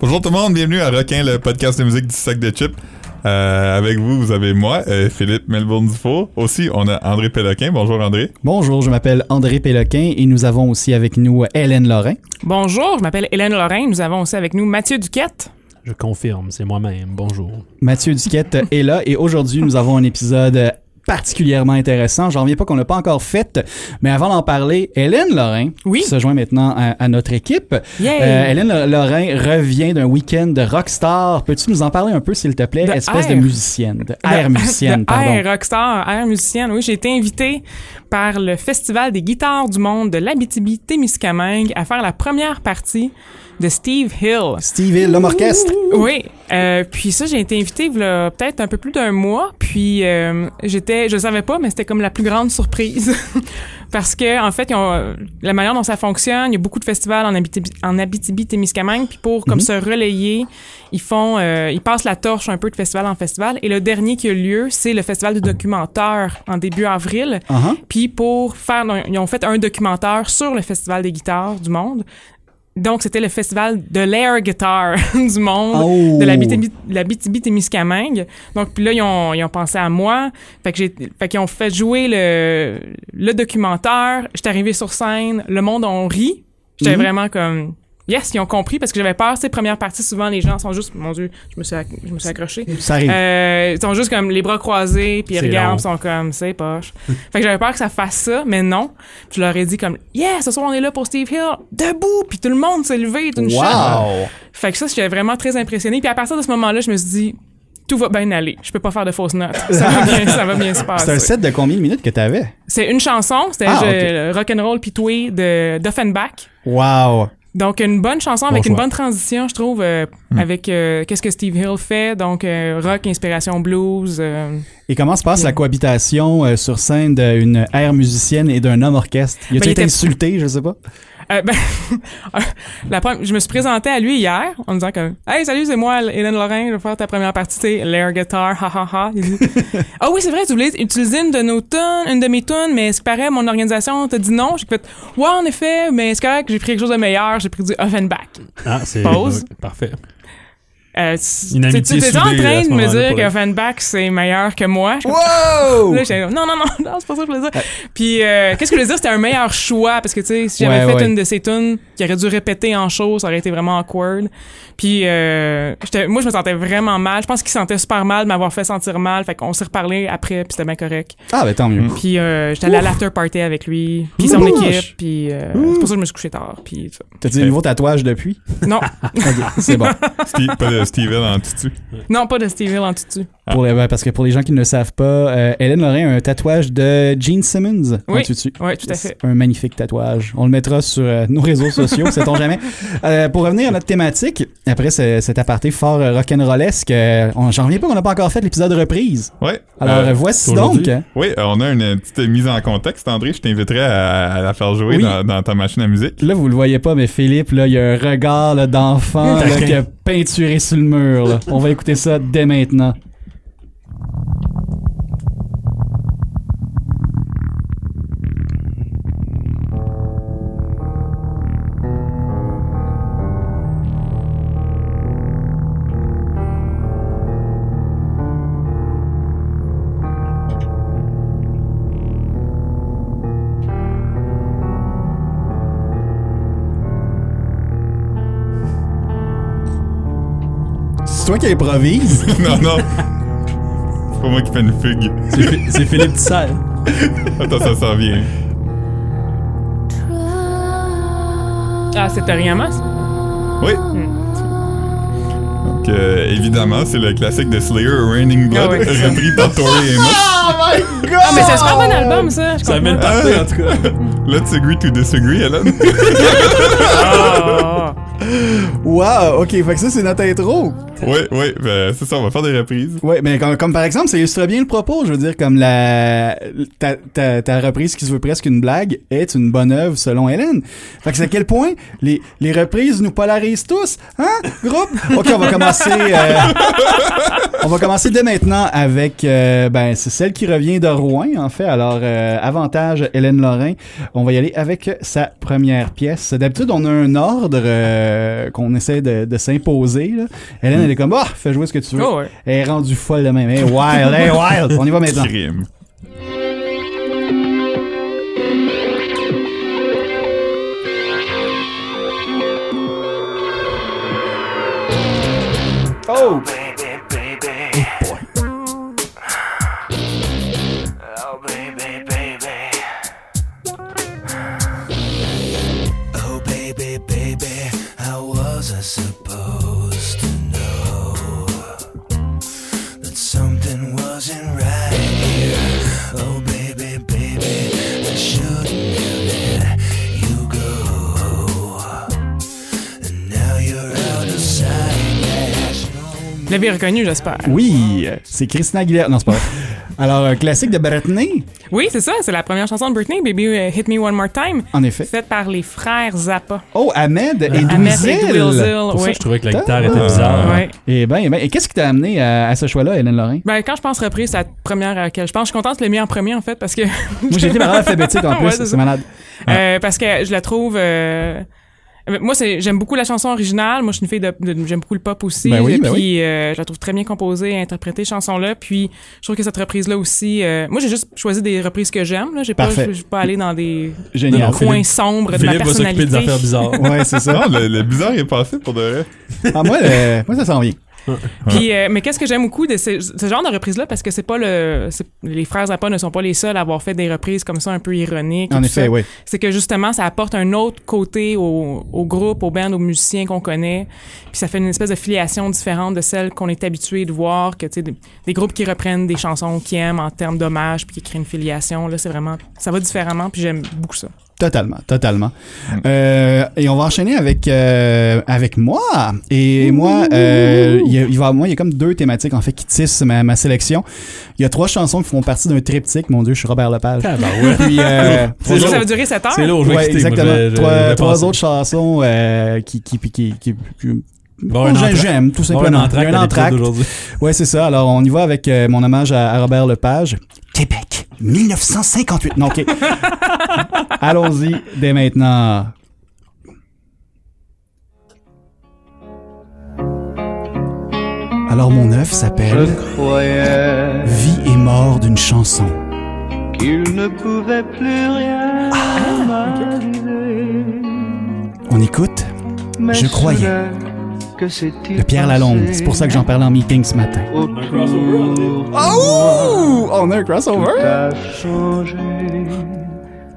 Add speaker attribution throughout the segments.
Speaker 1: Bonjour tout le monde, bienvenue à Requin, le podcast de musique du sac de chips. Euh, avec vous, vous avez moi, euh, Philippe melbourne dufour Aussi, on a André Péloquin. Bonjour André.
Speaker 2: Bonjour, je m'appelle André Péloquin et nous avons aussi avec nous euh, Hélène Lorrain.
Speaker 3: Bonjour, je m'appelle Hélène Lorrain. Nous avons aussi avec nous Mathieu Duquette.
Speaker 4: Je confirme, c'est moi-même. Bonjour.
Speaker 2: Mathieu Duquette euh, est là et aujourd'hui, nous avons un épisode euh, particulièrement intéressant. J'en reviens pas qu'on l'a pas encore fait, mais avant d'en parler, Hélène Lorrain
Speaker 3: Oui.
Speaker 2: qui se joint maintenant à, à notre équipe.
Speaker 3: Yay!
Speaker 2: Euh, Hélène Lo- Lorrain revient d'un week-end de rockstar. Peux-tu nous en parler un peu, s'il te plaît,
Speaker 3: De
Speaker 2: espèce de
Speaker 3: air.
Speaker 2: musicienne, de air musicienne,
Speaker 3: De
Speaker 2: pardon.
Speaker 3: Air rockstar, air musicienne. Oui, j'ai été invitée par le Festival des guitares du monde de l'Abitibi-Témiscamingue à faire la première partie de Steve Hill.
Speaker 2: Steve Hill, l'homme orchestre.
Speaker 3: Oui, euh, puis ça, j'ai été invitée voilà, peut-être un peu plus d'un mois, puis euh, j'étais, je le savais pas, mais c'était comme la plus grande surprise. Parce que, en fait, ils ont- euh, la manière dont ça fonctionne, il y a beaucoup de festivals en Abitibi, en Abitibi-Témiscamingue, puis pour comme se relayer, ils font, euh, ils passent la torche un peu de festival en festival. Et le dernier qui a eu lieu, c'est le festival du documentaire en début avril.
Speaker 2: Uh-huh.
Speaker 3: Puis pour faire, ils ont fait un documentaire sur le festival des guitares du monde. Donc c'était le festival de l'air guitar du monde
Speaker 2: Oh.
Speaker 3: de la BTB la BTB-Témiscamingue. Donc puis là ils ont ils ont pensé à moi. Fait que j'ai fait qu'ils ont fait jouer le le documentaire. J'étais arrivée sur scène, le monde on rit. J'étais
Speaker 2: Mhm.
Speaker 3: vraiment comme yes, ils ont compris parce que j'avais peur, ces premières parties souvent les gens sont juste mon dieu, je me suis acc- je me suis accrochée.
Speaker 2: Ça arrive.
Speaker 3: Euh, ils sont juste comme les bras croisés, puis ils
Speaker 4: C'est
Speaker 3: regardent,
Speaker 4: long.
Speaker 3: puis sont comme, c'est poche. fait que j'avais peur que ça fasse ça, mais non. Puis je leur ai dit comme, yeah, ce soir on est là pour Steve Hill, debout, puis tout le monde s'est levé, d'une shot.
Speaker 2: wow!
Speaker 3: Fait que ça, j'étais vraiment très impressionnée. Puis à partir de ce moment-là, je me suis dit, tout va bien aller. Je peux pas faire de fausses notes. Ça va bien, ça va bien se
Speaker 2: C'est un
Speaker 3: passer.
Speaker 2: set de combien de minutes que t'avais?
Speaker 3: C'est une chanson, c'était
Speaker 2: Ah,
Speaker 3: je-
Speaker 2: ok.
Speaker 3: le Rock'n'Roll Pitoué de d'Offenbach.
Speaker 2: Wow!
Speaker 3: Donc, une bonne chanson avec
Speaker 2: Bon
Speaker 3: une
Speaker 2: choix.
Speaker 3: bonne transition, je trouve, euh,
Speaker 2: Hmm.
Speaker 3: avec euh, qu'est-ce que Steve Hill fait. Donc, euh, rock, inspiration blues. euh,
Speaker 2: Et comment se passe la cohabitation euh, sur scène d'une air musicienne et d'un homme orchestre? Y a-t-il
Speaker 3: Ben,
Speaker 2: été
Speaker 3: il était-
Speaker 2: insulté, je sais pas?
Speaker 3: Euh, ben, la première- je me suis présentée à lui hier en me disant comme Hey, salut, c'est moi, Hélène Lorrain, je vais faire ta première partie, tu sais, l'air guitar, ha ha ha. Il dit, Ah oui, c'est vrai, tu voulais utiliser une de nos tunes, une de mes tunes, mais ce qui paraît, mon organisation t'a dit non. J'ai fait Ouais, en effet, mais c'est correct, j'ai pris quelque chose de meilleur, j'ai pris du Offenbach.
Speaker 4: Ah, c'est
Speaker 3: Pause.
Speaker 4: euh, parfait.
Speaker 3: Euh, c-
Speaker 4: Une
Speaker 3: tu
Speaker 4: amitié
Speaker 3: tu étais en
Speaker 4: soudée, à
Speaker 3: train
Speaker 4: ce
Speaker 3: de me
Speaker 4: moment-là,
Speaker 3: dire
Speaker 4: pour
Speaker 3: que
Speaker 4: elle.
Speaker 3: Offenbach, c'est meilleur que moi. Je-
Speaker 2: Wow!
Speaker 3: Là, j'étais comme, non, non, non, non, c'est pas ça que je voulais dire. Puis, euh, qu'est-ce que je voulais dire? C'était un meilleur choix parce que, tu sais, si j'avais
Speaker 2: Ouais,
Speaker 3: fait
Speaker 2: ouais.
Speaker 3: une de ces tunes qui aurait dû répéter en show, ça aurait été vraiment awkward. Puis, euh, j'étais- moi, je me sentais vraiment mal. Je pense qu'il sentait super mal de m'avoir fait sentir mal. Fait qu'on s'est reparlé après, puis c'était bien correct.
Speaker 2: Ah, ben tant mieux.
Speaker 3: Puis, euh, j'étais allé à l'after party avec lui, puis son
Speaker 2: Ouh.
Speaker 3: équipe, puis euh, c'est pour ça que je me suis couché tard. Puis, ça.
Speaker 2: T'as-tu des nouveaux tatouages depuis?
Speaker 3: non,
Speaker 2: Ok, Ben, c'est bon.
Speaker 1: Steve, pas de Steve Hill en tutu.
Speaker 3: non, pas de Steve Hill en tutu.
Speaker 2: Pour les- ben, parce que pour les gens qui ne le savent pas, euh, Hélène Lorrain a un tatouage de Gene Simmons. en
Speaker 3: Oui.
Speaker 2: tutu.
Speaker 3: Ouais, tout à fait.
Speaker 2: C'est un magnifique tatouage. On le mettra sur euh, nos réseaux sociaux, sait-on jamais. Euh, pour revenir à notre thématique, après ce- cet aparté fort euh, rock'n'rollesque, euh, on- j'en reviens pas qu'on n'a pas encore fait l'épisode reprise.
Speaker 1: Ouais.
Speaker 2: Alors
Speaker 1: Euh,
Speaker 2: euh, voici
Speaker 4: aujourd'hui.
Speaker 2: donc. hein.
Speaker 1: oui, euh, on a une euh, petite mise en contexte, André. Je t'inviterai à, à la faire jouer
Speaker 2: Oui.
Speaker 1: dans, dans ta machine à musique.
Speaker 2: Là, vous le voyez pas, mais Philippe, là, il y a un regard là, d'enfant là,
Speaker 4: Taquin.
Speaker 2: qui a peinturé sur le mur. là. On va écouter ça dès maintenant. C'est toi qui improvise.
Speaker 1: non, non. C'est pas moi qui fais une fugue.
Speaker 2: C'est Philippe Tissal.
Speaker 1: Attends, ça s'en vient.
Speaker 3: Ah, c'était rien mince.
Speaker 1: Oui. Donc, euh, évidemment, c'est le classique de Slayer, Raining Blood,
Speaker 3: Ah ouais.
Speaker 1: repris par Tori Amos.
Speaker 2: Oh
Speaker 3: Ah, mais c'est un super bon album, ça. Je
Speaker 4: Ça
Speaker 3: comprends.
Speaker 4: amène partout, en tout cas.
Speaker 1: Let's agree to disagree, Alan.
Speaker 3: Ah.
Speaker 2: Wow, ok, fait que ça c'est notre intro.
Speaker 1: Oui, oui, ben, c'est ça, on va faire des reprises.
Speaker 2: Oui, mais comme, comme par exemple, ça illustre bien le propos. Je veux dire, comme la ta, ta, ta reprise qui se veut presque une blague est une bonne œuvre selon Hélène. Fait que c'est à quel point les, les reprises nous polarisent tous, hein, groupe? OK, on va commencer... euh, on va commencer dès maintenant avec... euh, ben, c'est celle qui revient de Rouen, en fait. Alors, euh, avantage, Hélène Lorrain. On va y aller avec sa première pièce. D'habitude, on a un ordre euh, qu'on essaie de, de s'imposer. là. Hélène, elle est comme « Ah, fais jouer ce que tu veux
Speaker 3: Mm. Oh, ouais.
Speaker 2: elle est rendue folle de même. Elle est wild, elle est wild. On y va maintenant.
Speaker 1: Crime.
Speaker 2: Oh!
Speaker 5: baby, baby. Oh, baby, baby. Oh, baby, baby. How was I supposed to know that something wasn't right here? Oh, baby, baby. I shouldn't have let you go. And now you're out of sight.
Speaker 3: Vous l'avez reconnu, j'espère.
Speaker 2: Oui, c'est Christina Aguilera. Non, c'est pas vrai. Alors, un classique de Britney,
Speaker 3: Oui, c'est ça, c'est la première chanson de Britney, Baby euh, Hit Me One More Time,
Speaker 2: en effet.
Speaker 3: faite par les frères Zappa.
Speaker 2: Oh, Ahmed et
Speaker 3: Ahmed et
Speaker 2: Douzel.
Speaker 3: Dweezil,
Speaker 4: Pour ça,
Speaker 3: oui.
Speaker 4: je trouvais que la
Speaker 2: Putain.
Speaker 4: guitare était bizarre.
Speaker 3: Ouais.
Speaker 2: Eh ben, eh ben, et qu'est-ce qui t'a amené à, à ce choix-là, Hélène Lorrain?
Speaker 3: Ben, quand je pense reprise, c'est la première à laquelle je pense. Je suis contente de le mis en premier, en fait, parce que.
Speaker 2: Moi, j'ai été par ordre alphabétique en plus,
Speaker 3: Ouais, c'est
Speaker 2: c'est
Speaker 3: ça.
Speaker 2: malade.
Speaker 3: Euh, parce que je la trouve. euh, euh, Moi, c'est- j'aime beaucoup la chanson originale. Moi, je suis une fille de, de- j'aime beaucoup le pop aussi.
Speaker 2: Ben oui,
Speaker 3: Et
Speaker 2: ben
Speaker 3: puis, euh, je la trouve très bien composée, interprétée, chanson là. Puis, je trouve que cette reprise là aussi. euh, moi, j'ai juste choisi des reprises que j'aime. Là, j'ai pas,
Speaker 2: Parfait. Ah,
Speaker 3: je je suis pas allé dans des
Speaker 2: Génial.
Speaker 4: Non, non,
Speaker 3: coins sombres de ma
Speaker 4: Philippe va s'occuper
Speaker 3: personnalité.
Speaker 4: des affaires bizarres.
Speaker 2: Ouais, c'est ça.
Speaker 1: Non, Ah, le, le bizarre est passé pour de vrai.
Speaker 2: Ah, moi, euh, moi, ça s'en vient.
Speaker 3: Puis, euh, mais qu'est-ce que j'aime beaucoup de ce, ce genre de reprise là, parce que c'est pas le, c'est- les frères Zappa ne sont pas les seuls à avoir fait des reprises comme ça un peu ironiques. et
Speaker 2: En
Speaker 3: tout
Speaker 2: effet,
Speaker 3: ça.
Speaker 2: oui.
Speaker 3: c'est que justement ça apporte un autre côté au, au groupe, au band, aux musiciens qu'on connaît, puis ça fait une espèce de filiation différente de celle qu'on est habitué de voir, que tu sais des, des groupes qui reprennent des chansons qu'ils aiment en termes d'hommage puis qui créent une filiation là c'est vraiment ça va différemment puis j'aime beaucoup ça.
Speaker 2: Totalement, totalement. Euh, et on va enchaîner avec euh, avec moi. Et moi, euh, il y a- il va moi, il y a comme deux thématiques en fait qui tissent ma, ma sélection. Il y a trois chansons qui font partie d'un triptyque. Mon Dieu, je suis Robert Lepage.
Speaker 4: Tabarouette.
Speaker 2: Puis, euh,
Speaker 3: Ça,
Speaker 4: Ah, C'est
Speaker 3: ça
Speaker 4: lourd.
Speaker 3: va durer 7 heures.
Speaker 4: C'est lourd, je vais
Speaker 2: ouais,
Speaker 4: quitter, moi,
Speaker 2: exactement.
Speaker 4: je vais- je
Speaker 2: trois
Speaker 4: vais
Speaker 2: trois
Speaker 4: passer.
Speaker 2: autres chansons euh, qui qui qui qui, qui- qui-
Speaker 4: Bon, un
Speaker 2: que
Speaker 4: entra-
Speaker 2: j'aime tout
Speaker 4: Bon, un
Speaker 2: simplement.
Speaker 4: entracte à l'épisode
Speaker 2: entracte.
Speaker 4: d'aujourd'hui.
Speaker 2: Ouais, c'est ça. Alors, on y va avec euh, mon hommage à, à Robert Lepage. Québec, 1958. Non, OK. Allons-y dès maintenant. Alors, mon œuf s'appelle
Speaker 6: croyais
Speaker 2: Vie et mort d'une chanson.
Speaker 6: qu'il ne pouvait plus rien m'arriver.
Speaker 2: On écoute
Speaker 6: Mais
Speaker 2: Je croyais.
Speaker 6: soudain, que c'est-il
Speaker 2: le Pierre Lalonde. C'est pour ça que j'en parle en meeting ce matin. Oh! On a un crossover?
Speaker 6: T'as changé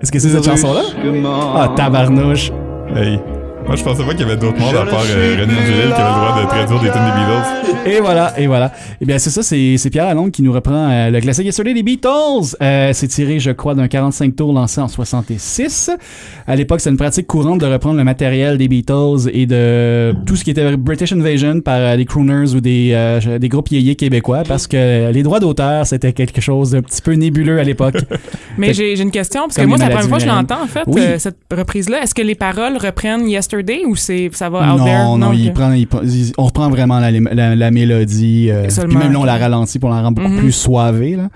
Speaker 2: Est-ce que c'est cette chanson-là?
Speaker 6: brusquement.
Speaker 2: Ah, tabarnouche.
Speaker 1: Hey. Moi, je pensais pas qu'il y avait d'autres mondes
Speaker 6: Je
Speaker 1: à
Speaker 6: ne
Speaker 1: part euh,
Speaker 6: suis
Speaker 1: René
Speaker 6: plus
Speaker 1: Angélil qui avait le droit de
Speaker 6: là,
Speaker 1: traduire des tunes des Beatles.
Speaker 2: Et voilà, et voilà. Et bien, c'est ça, c'est c'est Pierre Lalonde qui nous reprend euh, le classique Yesterday des Beatles. Euh, c'est tiré, je crois, d'un 45 tours lancé en 66. À l'époque, c'était une pratique courante de reprendre le matériel des Beatles et de tout ce qui était British Invasion par euh, des crooners ou des, euh, des groupes yéyés québécois parce que les droits d'auteur, c'était quelque chose d'un petit peu nébuleux à l'époque.
Speaker 3: Mais
Speaker 2: Fait-
Speaker 3: j'ai j'ai une question parce que
Speaker 2: Comme
Speaker 3: moi
Speaker 2: les
Speaker 3: c'est la première fois que je
Speaker 2: maladies
Speaker 3: l'entends en fait
Speaker 2: Oui.
Speaker 3: euh, cette reprise là. Est-ce que les paroles reprennent Yesterday ou c'est ça va out
Speaker 2: non,
Speaker 3: there
Speaker 2: non, il
Speaker 3: ok.
Speaker 2: prend, il prend- il- on reprend vraiment la, la- la mélodie. euh,
Speaker 3: Seulement.
Speaker 2: puis même là, on la ralentit pour la rendre beaucoup
Speaker 3: Mhm.
Speaker 2: plus soivée. Là.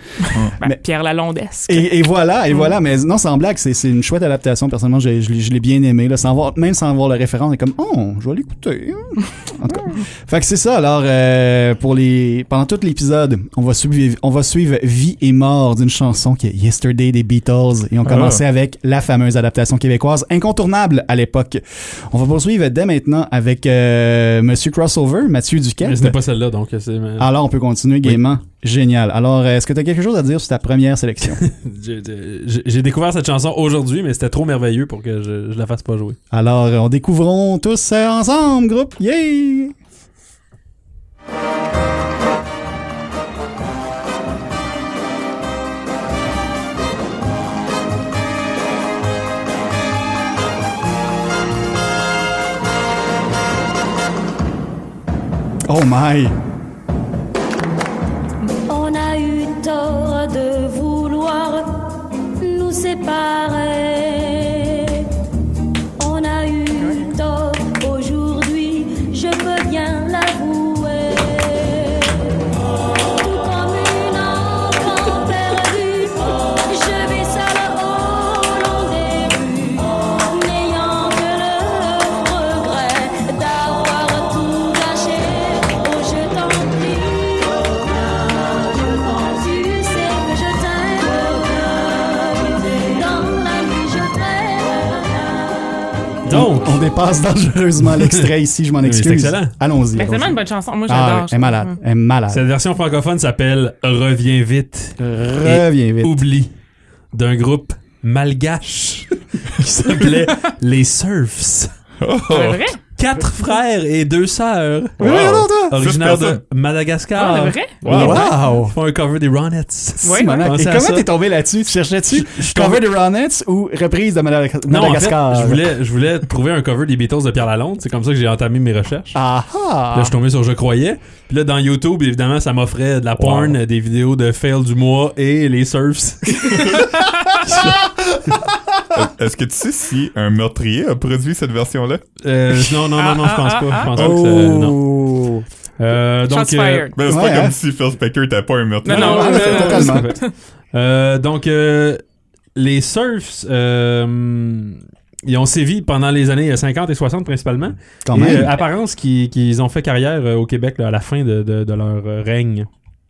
Speaker 3: Ben,
Speaker 2: mais-
Speaker 3: Pierre Lalondesque.
Speaker 2: Et, et voilà, et voilà. Mais non, sans blague, c'est c'est une chouette adaptation. Personnellement, je, je l'ai- je l'ai bien aimé. Là, sans voir, même sans voir le référent, on est comme, oh, je vais l'écouter. En tout cas. Fait que c'est ça. Alors, euh, pour les, pendant tout l'épisode, on va suivre, on va suivre Vie et mort d'une chanson qui est Yesterday des Beatles.
Speaker 4: Ah.
Speaker 2: Et on commençait avec la fameuse adaptation québécoise, incontournable à l'époque. On va poursuivre dès maintenant avec euh, Monsieur Crossover, Mathieu
Speaker 4: Mais
Speaker 2: Duquette.
Speaker 4: c'était pas celle-là, donc euh, c'est. mais-
Speaker 2: Alors, on peut continuer gaiement. Génial. Alors, euh, est-ce que tu as quelque chose à dire sur ta première sélection?
Speaker 4: J'ai- J'ai j'ai découvert cette chanson aujourd'hui, mais c'était trop merveilleux pour que je, je la fasse pas jouer.
Speaker 2: Alors, euh, on découvrons tous euh, ensemble, groupe. Yeah! Oh my!
Speaker 7: On a eu tort de vouloir nous séparer. On a eu tort aujourd'hui, je peux bien l'avouer. Tout comme une enfant perdue, je vais seule au long des rues, n'ayant que le regret d'avoir tout lâché. Oh, je t'en prie. Tu sais que je t'aime. Dans la nuit, je t'aime.
Speaker 4: Donc,
Speaker 2: On dépasse dangereusement l'extrait ici, je m'en
Speaker 4: Mais c'est
Speaker 2: excuse.
Speaker 4: excellent.
Speaker 2: Allons-y.
Speaker 3: Mais Ben, c'est tellement
Speaker 2: allons-y.
Speaker 3: une bonne chanson. Moi,
Speaker 2: Ah,
Speaker 3: j'adore.
Speaker 2: elle est malade. Elle est malade.
Speaker 4: cette version francophone s'appelle Reviens vite,
Speaker 2: Reviens vite.
Speaker 4: oublie d'un groupe malgache qui s'appelait Les Surfs.
Speaker 1: Oh,
Speaker 3: C'est vrai?
Speaker 4: Quatre frères et deux sœurs,
Speaker 2: Oui,
Speaker 1: Wow.
Speaker 2: non, toi!
Speaker 4: originaires
Speaker 1: personnes.
Speaker 4: de Madagascar.
Speaker 3: Ah, c'est vrai?
Speaker 1: Wow.
Speaker 4: Wow. Ils font un cover des Ronettes.
Speaker 3: Ouais.
Speaker 2: Simonac.
Speaker 4: Pensez
Speaker 2: Et
Speaker 4: à
Speaker 2: comment
Speaker 4: ça.
Speaker 2: t'es tombé là-dessus? Tu cherchais-tu cover de Ronettes ou reprise de Madaga-
Speaker 4: Non, en fait,
Speaker 2: Madagascar?
Speaker 4: je voulais, je voulais trouver un cover des Beatles de Pierre Lalonde. C'est comme ça que j'ai entamé mes recherches.
Speaker 2: Ah
Speaker 4: Là,
Speaker 2: ah!
Speaker 4: je suis tombé sur Je croyais. Puis là, dans YouTube, évidemment, ça m'offrait de la porn, des vidéos de fail du mois et les surfs.
Speaker 1: Est-ce que tu sais si un meurtrier a produit cette version-là?
Speaker 4: Euh, non, non, non, non, je pense
Speaker 3: Ah, ah,
Speaker 4: pas.
Speaker 3: ah,
Speaker 4: Je pense
Speaker 1: ah.
Speaker 4: pas que c'est. Non.
Speaker 2: Oh!
Speaker 4: Euh,
Speaker 3: Shots
Speaker 4: donc, euh,
Speaker 3: fired.
Speaker 1: Ben, c'est
Speaker 2: Ouais,
Speaker 1: pas comme
Speaker 2: hein.
Speaker 1: si Phil Spector était pas un meurtrier.
Speaker 3: Non, non,
Speaker 2: Ah,
Speaker 3: non,
Speaker 2: c'est
Speaker 3: non,
Speaker 2: totalement.
Speaker 4: euh, donc euh, les surfs, euh, ils ont sévi pendant les années 50 et 60 principalement.
Speaker 2: Quand
Speaker 4: et
Speaker 2: même.
Speaker 4: euh, apparence qu'ils qu'ils ont fait carrière euh, au Québec là, à la fin de, de- de leur euh, règne.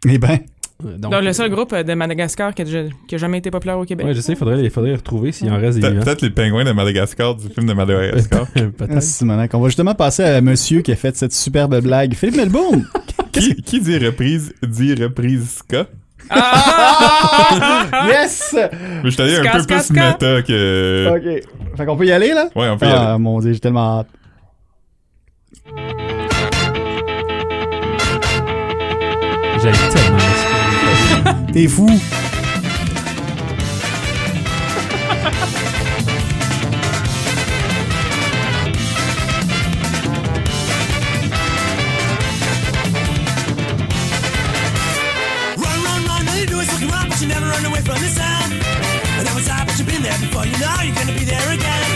Speaker 2: Eh ben,
Speaker 4: Euh, Donc,
Speaker 3: Donc, le seul groupe euh, de Madagascar qui a, déjà- qui a jamais été populaire au Québec.
Speaker 4: Ouais, je sais, il faudrait, les- faudrait les retrouver s'il en reste des
Speaker 1: Pe-
Speaker 4: vivants.
Speaker 1: Peut-être les pingouins de Madagascar du film de Madagascar.
Speaker 4: Peut-être.
Speaker 2: euh, Simonac. On hein, va justement passer à monsieur qui a fait cette superbe blague. Philippe Melbourne!
Speaker 1: qui, qui dit reprise dit reprise ska.
Speaker 3: Ah!
Speaker 2: yes!
Speaker 1: Mais je suis allé
Speaker 3: Ska,
Speaker 1: un peu
Speaker 3: ska,
Speaker 1: plus
Speaker 3: ska.
Speaker 1: méta que.
Speaker 2: Ok. Fait qu'on peut y aller, là?
Speaker 1: Ouais, on peut y
Speaker 2: Ah,
Speaker 1: aller.
Speaker 2: mon dieu, j'ai tellement hâte.
Speaker 4: J'avais tellement l'esprit.
Speaker 2: T'es fou!
Speaker 8: Run, run, run, all you do is fucking run, but you never run away from the sun. And that was hard, but you've been there before, you know you're gonna be there again.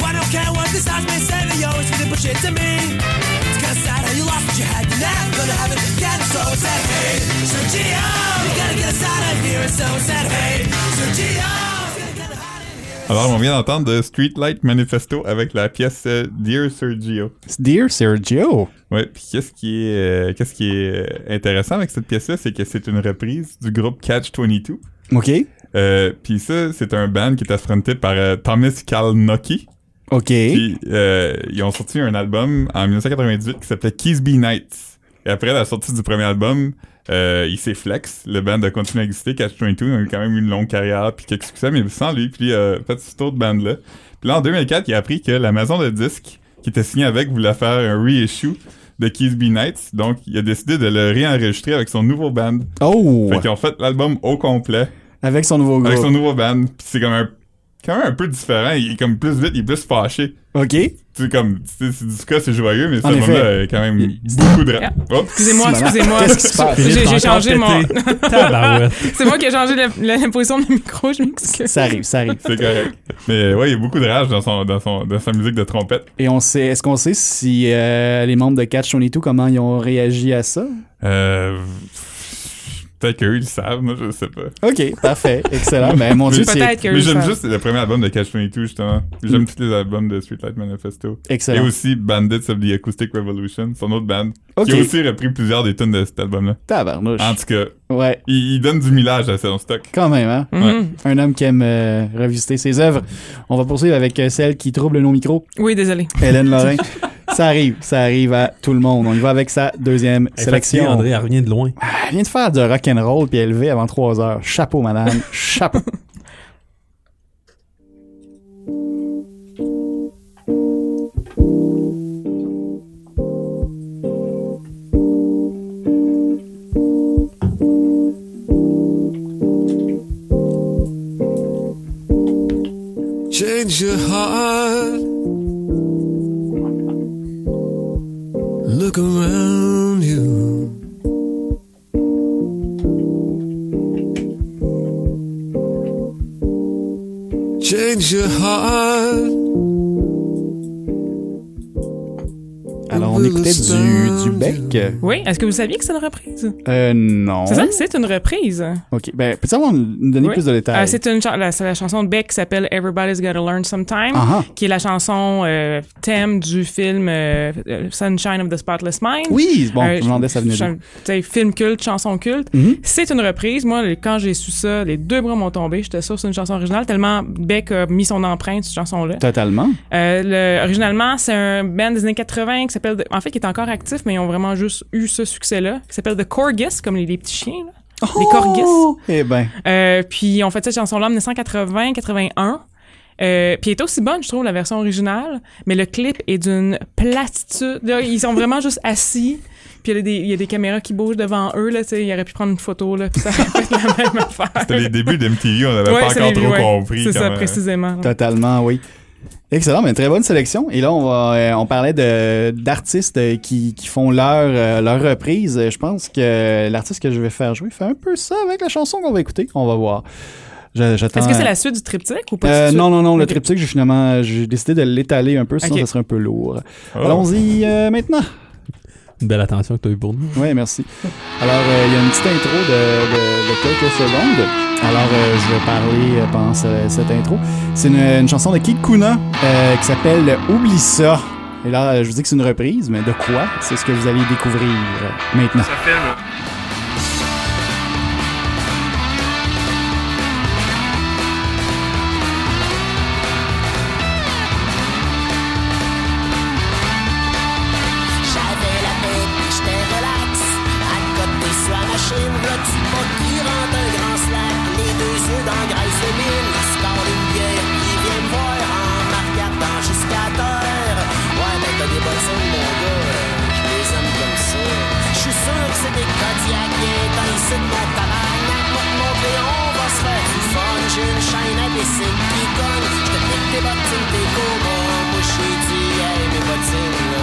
Speaker 8: Well, I don't care what the stars may say, they always really push it to me. It's kinda sad how you lost what you had, you're never gonna have it again. So I said, hey, so Gio, you gotta get us out of here. And so I said, hey, so Gio, you gotta get us out of here.
Speaker 1: Alors, on vient d'entendre The Streetlight Manifesto avec la pièce euh, Dear Sergio.
Speaker 2: Dear Sergio!
Speaker 1: Ouais, puis qu'est-ce qui est, euh, qu'est-ce qui est euh, intéressant avec cette pièce-là, c'est que c'est une reprise du groupe Catch 22.
Speaker 2: Ok.
Speaker 1: Euh, puis ça, c'est un band qui est affronté par euh, Thomas Kalnoky.
Speaker 2: Ok.
Speaker 1: Puis euh, ils ont sorti un album en 1998 qui s'appelait Kiss Be Nights. Et après la sortie du premier album, euh, il s'est flex. Le band a continué à exister. Catch 22 ils ont eu quand même une longue carrière puis quelques succès, mais sans lui. Puis euh, fait cette autre band là. Puis là en 2004, il a appris que la maison de disques qui était signée avec voulait faire un reissue de Kiss Be Nights. Donc il a décidé de le réenregistrer avec son nouveau band.
Speaker 2: Oh!
Speaker 1: Fait qu'ils ont fait l'album au complet
Speaker 2: Avec son nouveau
Speaker 1: avec son
Speaker 2: groupe.
Speaker 1: nouveau band. Puis c'est comme un quand même un peu différent. Il est comme plus vite, il est plus fâché
Speaker 2: Ok.
Speaker 1: c'est comme c'est c'est du cas c'est joyeux mais ce
Speaker 2: En effet.
Speaker 1: moment là quand même beaucoup de rap. Oh.
Speaker 3: Excusez-moi,
Speaker 2: Simonac.
Speaker 3: excusez-moi.
Speaker 2: hein, Qu'est-ce qui se passe?
Speaker 3: J'ai- J'ai
Speaker 4: Encore
Speaker 3: changé mon.
Speaker 4: pété. Tabarouette.
Speaker 3: C'est moi qui ai changé la, la position de mon micro, je m'excuse.
Speaker 2: Ça arrive, ça arrive.
Speaker 1: c'est correct mais ouais il y a beaucoup de rage dans son dans son dans sa musique de trompette
Speaker 2: Et on sait, est-ce qu'on sait si euh, les membres de Catch 22, comment ils ont réagi à ça?
Speaker 1: euh, peut-être qu'eux ils le savent moi je sais pas
Speaker 2: Ok, parfait, excellent. Ben, mon Dieu, c'est
Speaker 3: Peut-être que
Speaker 1: mais
Speaker 3: eux
Speaker 1: j'aime
Speaker 3: savent.
Speaker 1: juste le premier album de Catch 22 justement j'aime tous les albums de Streetlight Manifesto et
Speaker 2: Mm. excellent.
Speaker 1: aussi Bandits of the Acoustic Revolution son autre band
Speaker 2: Ok,
Speaker 1: qui a aussi repris plusieurs des tunes de cet album là
Speaker 2: tabarnouche.
Speaker 1: en tout cas
Speaker 2: Ouais,
Speaker 1: il, il donne du millage à son stock
Speaker 2: quand même, hein?
Speaker 3: Mhm.
Speaker 2: Un homme qui aime euh, revisiter ses œuvres. On va poursuivre avec euh, celle qui trouble nos micros,
Speaker 3: Oui, désolé.
Speaker 2: Hélène Lorrain. ça arrive, ça arrive à tout le monde. On y va avec sa deuxième sélection.
Speaker 4: Effectivement, André, elle revient de loin.
Speaker 2: Elle vient de faire du rock'n'roll puis élevé avant 3 heures. Chapeau, madame. Chapeau.
Speaker 8: Change your heart. look around you. Change your heart.
Speaker 2: Alors, on écoutait du, du bec.
Speaker 3: Oui, est-ce que vous saviez que c'est une reprise?
Speaker 2: Euh, non.
Speaker 3: C'est ça, c'est une reprise.
Speaker 2: OK. Ben, peux-tu avoir nous donner
Speaker 3: Oui.
Speaker 2: plus de détails?
Speaker 3: Euh, c'est une chan- la, c'est la chanson de Beck qui s'appelle Everybody's Gotta Learn Sometime,
Speaker 2: Ah ah.
Speaker 3: qui est la chanson euh, thème du film euh, euh, Sunshine of the Spotless Mind.
Speaker 2: Oui, bon,
Speaker 3: Euh,
Speaker 2: je me demandais ça venait
Speaker 3: chan-
Speaker 2: d'où.
Speaker 3: tu sais, Film culte, chanson culte.
Speaker 2: Mhm.
Speaker 3: C'est une reprise. Moi, le- quand j'ai su ça, les deux bras m'ont tombé. J'étais sûre que c'est une chanson originale, tellement Beck a mis son empreinte sur cette chanson-là.
Speaker 2: Totalement.
Speaker 3: Euh, le, originalement, c'est un band des années 80 qui s'appelle, en fait, qui est encore actif, mais ils ont vraiment juste eu ce succès-là, qui s'appelle The Corgis, comme les, les petits chiens. Là.
Speaker 2: Oh!
Speaker 3: Les Corgis.
Speaker 2: Eh ben,
Speaker 3: Euh, puis on fait cette chanson-là en 1980-81. Euh, puis elle est aussi bonne, je trouve, la version originale, mais le clip est d'une platitude. Là, ils sont vraiment juste assis, puis il y, a des, il y a des caméras qui bougent devant eux, là, tu sais, ils auraient pu prendre une photo, là, puis ça aurait fait la même affaire.
Speaker 1: C'était les débuts d'MTV, on n'avait
Speaker 3: Ouais,
Speaker 1: pas
Speaker 3: c'est
Speaker 1: encore
Speaker 3: les-
Speaker 1: trop
Speaker 3: ouais,
Speaker 1: compris.
Speaker 3: C'est ça,
Speaker 1: comment- hein.
Speaker 3: précisément.
Speaker 2: totalement, oui. Excellent, mais très bonne sélection. Et là, on, va, euh, on parlait de d'artistes euh, qui, qui font leur, euh, leur reprise. Je pense que l'artiste que je vais faire jouer fait un peu ça avec la chanson qu'on va écouter. On va voir. Je- J'attends.
Speaker 3: Est-ce que c'est la suite du triptyque ou pas?
Speaker 2: Euh,
Speaker 3: du tout?
Speaker 2: non, non, non, le
Speaker 3: Ok.
Speaker 2: triptyque, j'ai finalement j'ai décidé de l'étaler un peu, sinon
Speaker 3: Ok.
Speaker 2: ça serait un peu lourd.
Speaker 1: Oh.
Speaker 2: Allons-y euh, maintenant.
Speaker 4: Une belle attention que t'as eu pour nous.
Speaker 2: Oui, merci. Alors, euh, il y a une petite intro de, de- de quelques secondes. Alors, euh, je vais parler euh, pendant ce- cette intro. C'est une, une chanson de Kikuna euh, qui s'appelle Oublie ça. Et là, euh, je vous dis que c'est une reprise, mais de quoi C'est ce que vous allez découvrir euh, maintenant.
Speaker 9: J'avais la paix, j'étais relax. À côté sur la machine, le petit pot qui rentre un grand slack. Les deux yeux dans graisse de mine, il se parle une bière, il vient me voir en me regardant jusqu'à terre. Ouais, ben t'as des bonnes ondes, mon gars, je les aime comme ça. Je suis sûr que c'est des Kodiaks, viens dans ici de mon tabarnak. Pour te montrer, on va se faire du fun. J'ai une chaîne à des signes qui cogne. Je te pique tes bottines, tes gommes. Moi, j'ai dit, hey, mes bottines, là.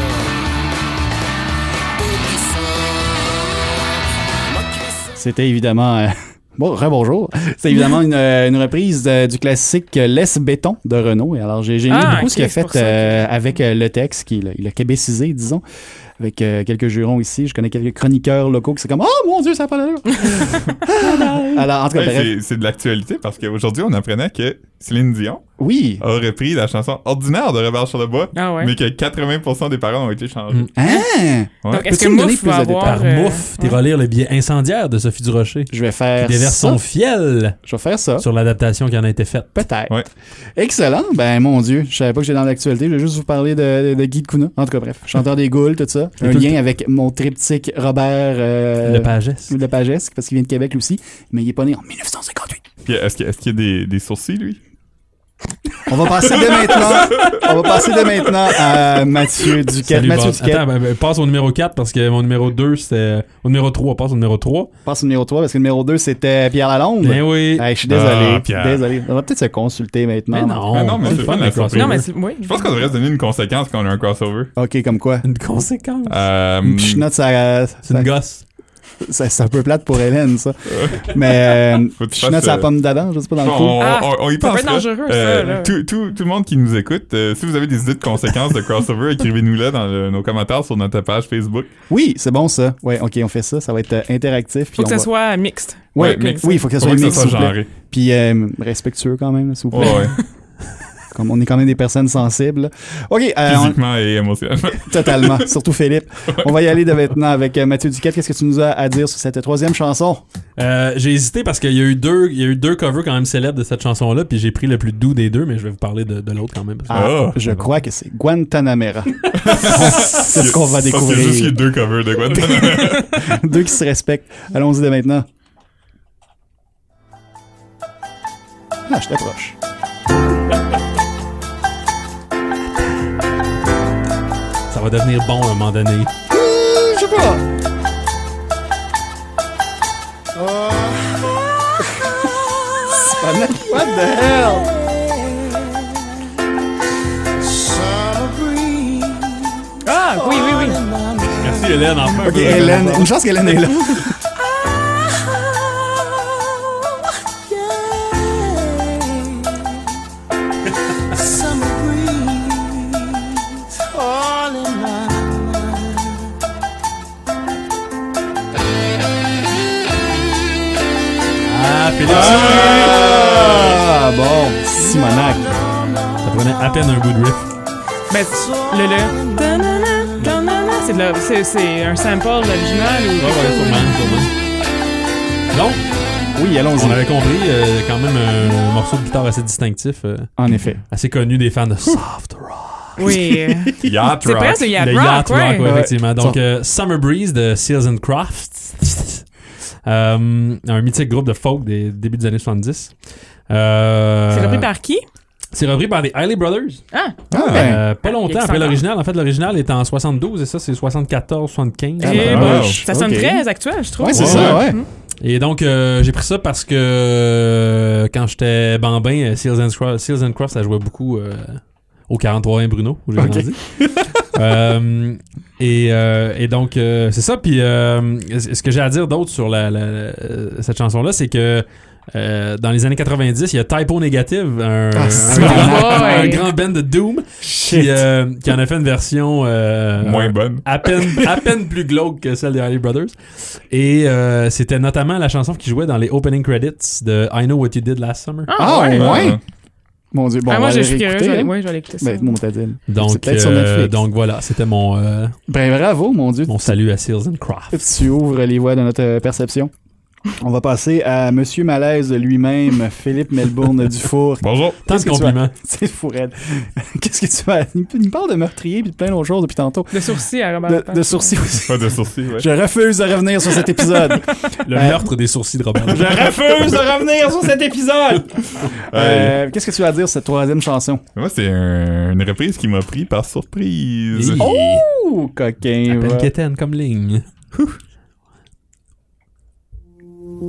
Speaker 2: C'était évidemment... euh, Bon, rebonjour. C'est évidemment une, euh, une reprise euh, du classique euh, Laisse béton de Renault. Et alors, j'ai j'ai aimé
Speaker 3: Ah,
Speaker 2: beaucoup
Speaker 3: ok,
Speaker 2: ce qu'il a
Speaker 3: c'est pour
Speaker 2: fait
Speaker 3: ça, ok.
Speaker 2: euh, avec euh, le texte, qui il a québécisé, disons, avec euh, quelques jurons ici. Je connais quelques chroniqueurs locaux qui sont comme « Oh mon Dieu, ça n'a pas d'allure! » Alors, en tout cas,
Speaker 1: Ouais,
Speaker 2: bref.
Speaker 1: c'est- c'est de l'actualité parce qu'aujourd'hui, on apprenait que Céline Dion
Speaker 2: Oui.
Speaker 1: a repris la chanson ordinaire de Robert Charlebois,
Speaker 3: Ah ouais.
Speaker 1: mais que 80% des paroles ont été changées.
Speaker 2: Hein?
Speaker 1: Ouais.
Speaker 3: Donc, est-ce
Speaker 2: Peux-tu
Speaker 3: que
Speaker 2: me donner
Speaker 3: Mouf
Speaker 2: plus
Speaker 3: va
Speaker 2: de
Speaker 3: avoir...
Speaker 4: Par
Speaker 3: euh,
Speaker 4: mouf, t'es relire le billet incendiaire de Sophie Durocher.
Speaker 2: Je vais
Speaker 4: Qui
Speaker 2: faire
Speaker 4: déverse
Speaker 2: ça.
Speaker 4: son fiel
Speaker 2: Je vais faire ça.
Speaker 4: sur l'adaptation qui en a été faite.
Speaker 2: Peut-être.
Speaker 1: Ouais.
Speaker 2: Excellent. Ben, mon Dieu, je savais pas que j'étais dans l'actualité. Je vais juste vous parler de, de, de Guy de Kuna. En tout cas, bref. Chanteur des Gaules, tout ça.
Speaker 4: Et
Speaker 2: Un
Speaker 4: tout le
Speaker 2: lien avec mon triptyque Robert euh,
Speaker 4: Le Pagès.
Speaker 2: de Pagès, parce qu'il vient de Québec lui aussi, mais il est pas né en 1958.
Speaker 1: Puis est-ce que- est-ce qu'il y a des, des sourcils, lui?
Speaker 2: On va passer dès maintenant. On va passer dès maintenant à Mathieu Duquette.
Speaker 4: Salut,
Speaker 2: Mathieu
Speaker 4: Bob.
Speaker 2: Duquette,
Speaker 4: Attends, ben, ben, passe au numéro 4 parce que mon numéro 2 c'était. Au numéro 3, passe au numéro 3.
Speaker 2: passe au numéro 3 parce que le numéro 2 c'était Pierre Lalonde.
Speaker 4: Ben oui.
Speaker 2: Hey, je suis désolé.
Speaker 1: Ah, Pierre.
Speaker 2: désolé. On va peut-être se consulter maintenant.
Speaker 4: Mais non.
Speaker 1: Ah non, mais c'est
Speaker 4: le
Speaker 1: fun,
Speaker 4: de
Speaker 1: la
Speaker 4: crossover.
Speaker 1: surprise.
Speaker 3: Non, mais c'est- oui.
Speaker 1: Je pense qu'on devrait se donner une conséquence quand on a un crossover.
Speaker 2: OK, comme quoi?
Speaker 4: Une conséquence.
Speaker 1: Euh,
Speaker 2: Une pichenote, ça,
Speaker 4: Hmm. C'est
Speaker 2: ça,
Speaker 4: une gosse.
Speaker 2: ça- c'est un peu plate pour Hélène, ça. Mais euh,
Speaker 1: Faut que tu
Speaker 2: pichenote,
Speaker 1: fasses,
Speaker 2: ça
Speaker 1: euh,
Speaker 2: pomme d'Adam, je sais pas dans
Speaker 1: on,
Speaker 2: le coup.
Speaker 1: on-
Speaker 3: Ah,
Speaker 1: on- on y
Speaker 3: ça peut
Speaker 1: pense.
Speaker 3: être
Speaker 1: là.
Speaker 3: dangereux, ça,
Speaker 1: Euh,
Speaker 3: là.
Speaker 1: Tout, tout, tout le monde qui nous écoute, euh, si vous avez des idées de conséquences de crossover, écrivez-nous-les dans le- nos commentaires sur notre page Facebook.
Speaker 2: Oui, c'est bon ça. Ouais, OK, on fait ça. Ça va être euh, interactif. puis
Speaker 3: Faut que
Speaker 2: on
Speaker 3: ça
Speaker 2: va-
Speaker 3: soit hein. mixte.
Speaker 2: Ouais,
Speaker 1: Ouais, mixte.
Speaker 2: oui, il faut que ça
Speaker 1: Faut
Speaker 2: soit
Speaker 1: que ça
Speaker 2: mixte,
Speaker 1: soit
Speaker 2: s'il vous plaît.
Speaker 1: genré.
Speaker 2: Puis euh, respectueux quand même, s'il vous plaît.
Speaker 1: Ouais, ouais.
Speaker 2: Comme on est quand même des personnes sensibles. OK, euh, on-
Speaker 1: Physiquement et émotionnellement.
Speaker 2: totalement. Surtout Philippe. On va y aller de maintenant avec euh, Mathieu Duquette. Qu'est-ce que tu nous as à dire sur cette troisième chanson?
Speaker 4: Euh, j'ai hésité parce qu'il y a eu deux, il y a eu deux covers quand même célèbres de cette chanson-là, puis j'ai pris le plus doux des deux, mais je vais vous parler de, de l'autre quand même. parce que-
Speaker 2: Ah,
Speaker 1: Ah.
Speaker 2: je crois que c'est Guantanamera. c'est ce qu'on va
Speaker 1: Parce qu'il y a juste eu
Speaker 2: découvrir.
Speaker 1: deux covers de Guantanamo.
Speaker 2: Deux qui se respectent. Allons-y de maintenant. Ah, je t'approche.
Speaker 4: Ça va devenir bon à un moment donné.
Speaker 2: Euh, Je sais pas. Oh. C'est pas net. What the hell?
Speaker 3: Ah, oui, oui, oui.
Speaker 4: Merci. Hélène, enfin.
Speaker 2: Ok, Hélène. Une chance qu'Hélène est là.
Speaker 4: Ah, Félix.
Speaker 2: Ah, bon. Simonac.
Speaker 4: Ça prenait à peine un bout de riff.
Speaker 3: Ben, le le. Ta-na-na, ta-na-na. C'est de la- C'est c'est un sample de l'original ou.
Speaker 4: Ouais, Ah ouais, sûrement, sûrement. Donc,
Speaker 2: Oui, allons-y.
Speaker 4: on avait compris, euh, quand même un morceau de guitare assez distinctif, euh,
Speaker 2: En effet.
Speaker 4: assez connu des fans de soft rock.
Speaker 3: Oui.
Speaker 1: Yacht
Speaker 3: C'est
Speaker 1: Rock.
Speaker 3: presque Yacht
Speaker 4: Le
Speaker 3: Rock,
Speaker 4: yacht rock,
Speaker 3: ouais.
Speaker 4: ouais,
Speaker 2: Ouais.
Speaker 4: effectivement. Donc,
Speaker 2: Ça-
Speaker 4: euh, Summer Breeze de Seals and Crafts, Euh, un mythique groupe de folk des débuts des années 70. Euh,
Speaker 3: C'est repris par qui?
Speaker 4: c'est repris par les Isley Brothers.
Speaker 3: Ah!
Speaker 2: Ah, ben.
Speaker 4: Euh, pas longtemps
Speaker 3: Alexander.
Speaker 4: après l'original. En fait, l'original est en 72 et ça, c'est 74-75.
Speaker 2: Ah, bah,
Speaker 3: Eh ben,
Speaker 1: wow.
Speaker 3: ça sonne
Speaker 2: Ok.
Speaker 3: très actuel, je trouve. Mhm.
Speaker 2: Ouais, c'est
Speaker 4: Ouais,
Speaker 2: ça, ouais.
Speaker 4: Et donc, euh, j'ai pris ça parce que euh, quand j'étais bambin, euh, Seals and, Cra- Seals and Crofts, ça jouait beaucoup euh, au 43 Bruno, où j'ai
Speaker 2: Ok.
Speaker 4: grandi. Euh, et, euh, et donc, euh, c'est ça. Puis, euh, ce que j'ai à dire d'autre sur la, la- la- cette chanson-là, c'est que euh, dans les années 90, il y a Typo Negative, un,
Speaker 2: Ah,
Speaker 4: un
Speaker 2: c'est
Speaker 4: grand,
Speaker 3: vrai.
Speaker 4: un grand band de Doom, qui, euh, qui en a fait une version euh,
Speaker 1: Moins
Speaker 4: un-
Speaker 1: bonne.
Speaker 4: à peine, à peine plus glauque que celle des Harley Brothers. Et euh, c'était notamment la chanson qui jouait dans les opening credits de I Know What You Did Last Summer.
Speaker 2: Ah, ouais.
Speaker 1: Ouais.
Speaker 2: Mon Dieu, bon,
Speaker 3: ah,
Speaker 2: on
Speaker 3: moi,
Speaker 2: va
Speaker 3: je
Speaker 2: aller
Speaker 3: suis curieuse.
Speaker 2: réécouter.
Speaker 3: je vais aller-
Speaker 2: hein.
Speaker 3: ouais, je vais aller écouter ça.
Speaker 2: Ben, mon Tadine. C'est
Speaker 4: Donc,
Speaker 2: peut-être sur
Speaker 4: euh,
Speaker 2: Netflix.
Speaker 4: donc voilà, c'était mon, euh,
Speaker 2: Ben, bravo, mon Dieu.
Speaker 4: mon salut à Seals and Craft.
Speaker 2: Tu ouvres les voies de notre euh, perception. On va passer à Monsieur Malaise lui-même, Philippe Melbourne Dufour.
Speaker 1: Bonjour.
Speaker 4: Tant
Speaker 2: Qu'est-ce
Speaker 4: de
Speaker 2: que tu
Speaker 4: compliments.
Speaker 2: C'est fou, raide. Qu'est-ce que tu vas. Il me parle de meurtrier puis de plein d'autres choses depuis tantôt.
Speaker 3: De sourcils à Robert.
Speaker 2: De,
Speaker 3: Pattinson.
Speaker 2: de sourcils aussi.
Speaker 1: Pas de sourcils, ouais.
Speaker 2: Je refuse de revenir sur cet épisode.
Speaker 4: Le
Speaker 2: Euh,
Speaker 4: meurtre des sourcils de Robert.
Speaker 2: Je refuse de revenir sur cet épisode.
Speaker 1: Ouais.
Speaker 2: Euh, Qu'est-ce que tu vas dire sur cette troisième chanson?
Speaker 1: Moi, c'est un- une reprise qui m'a pris par surprise.
Speaker 4: Hey.
Speaker 2: Ouh, coquin.
Speaker 4: Appelle
Speaker 2: va.
Speaker 4: Quétaine comme ligne.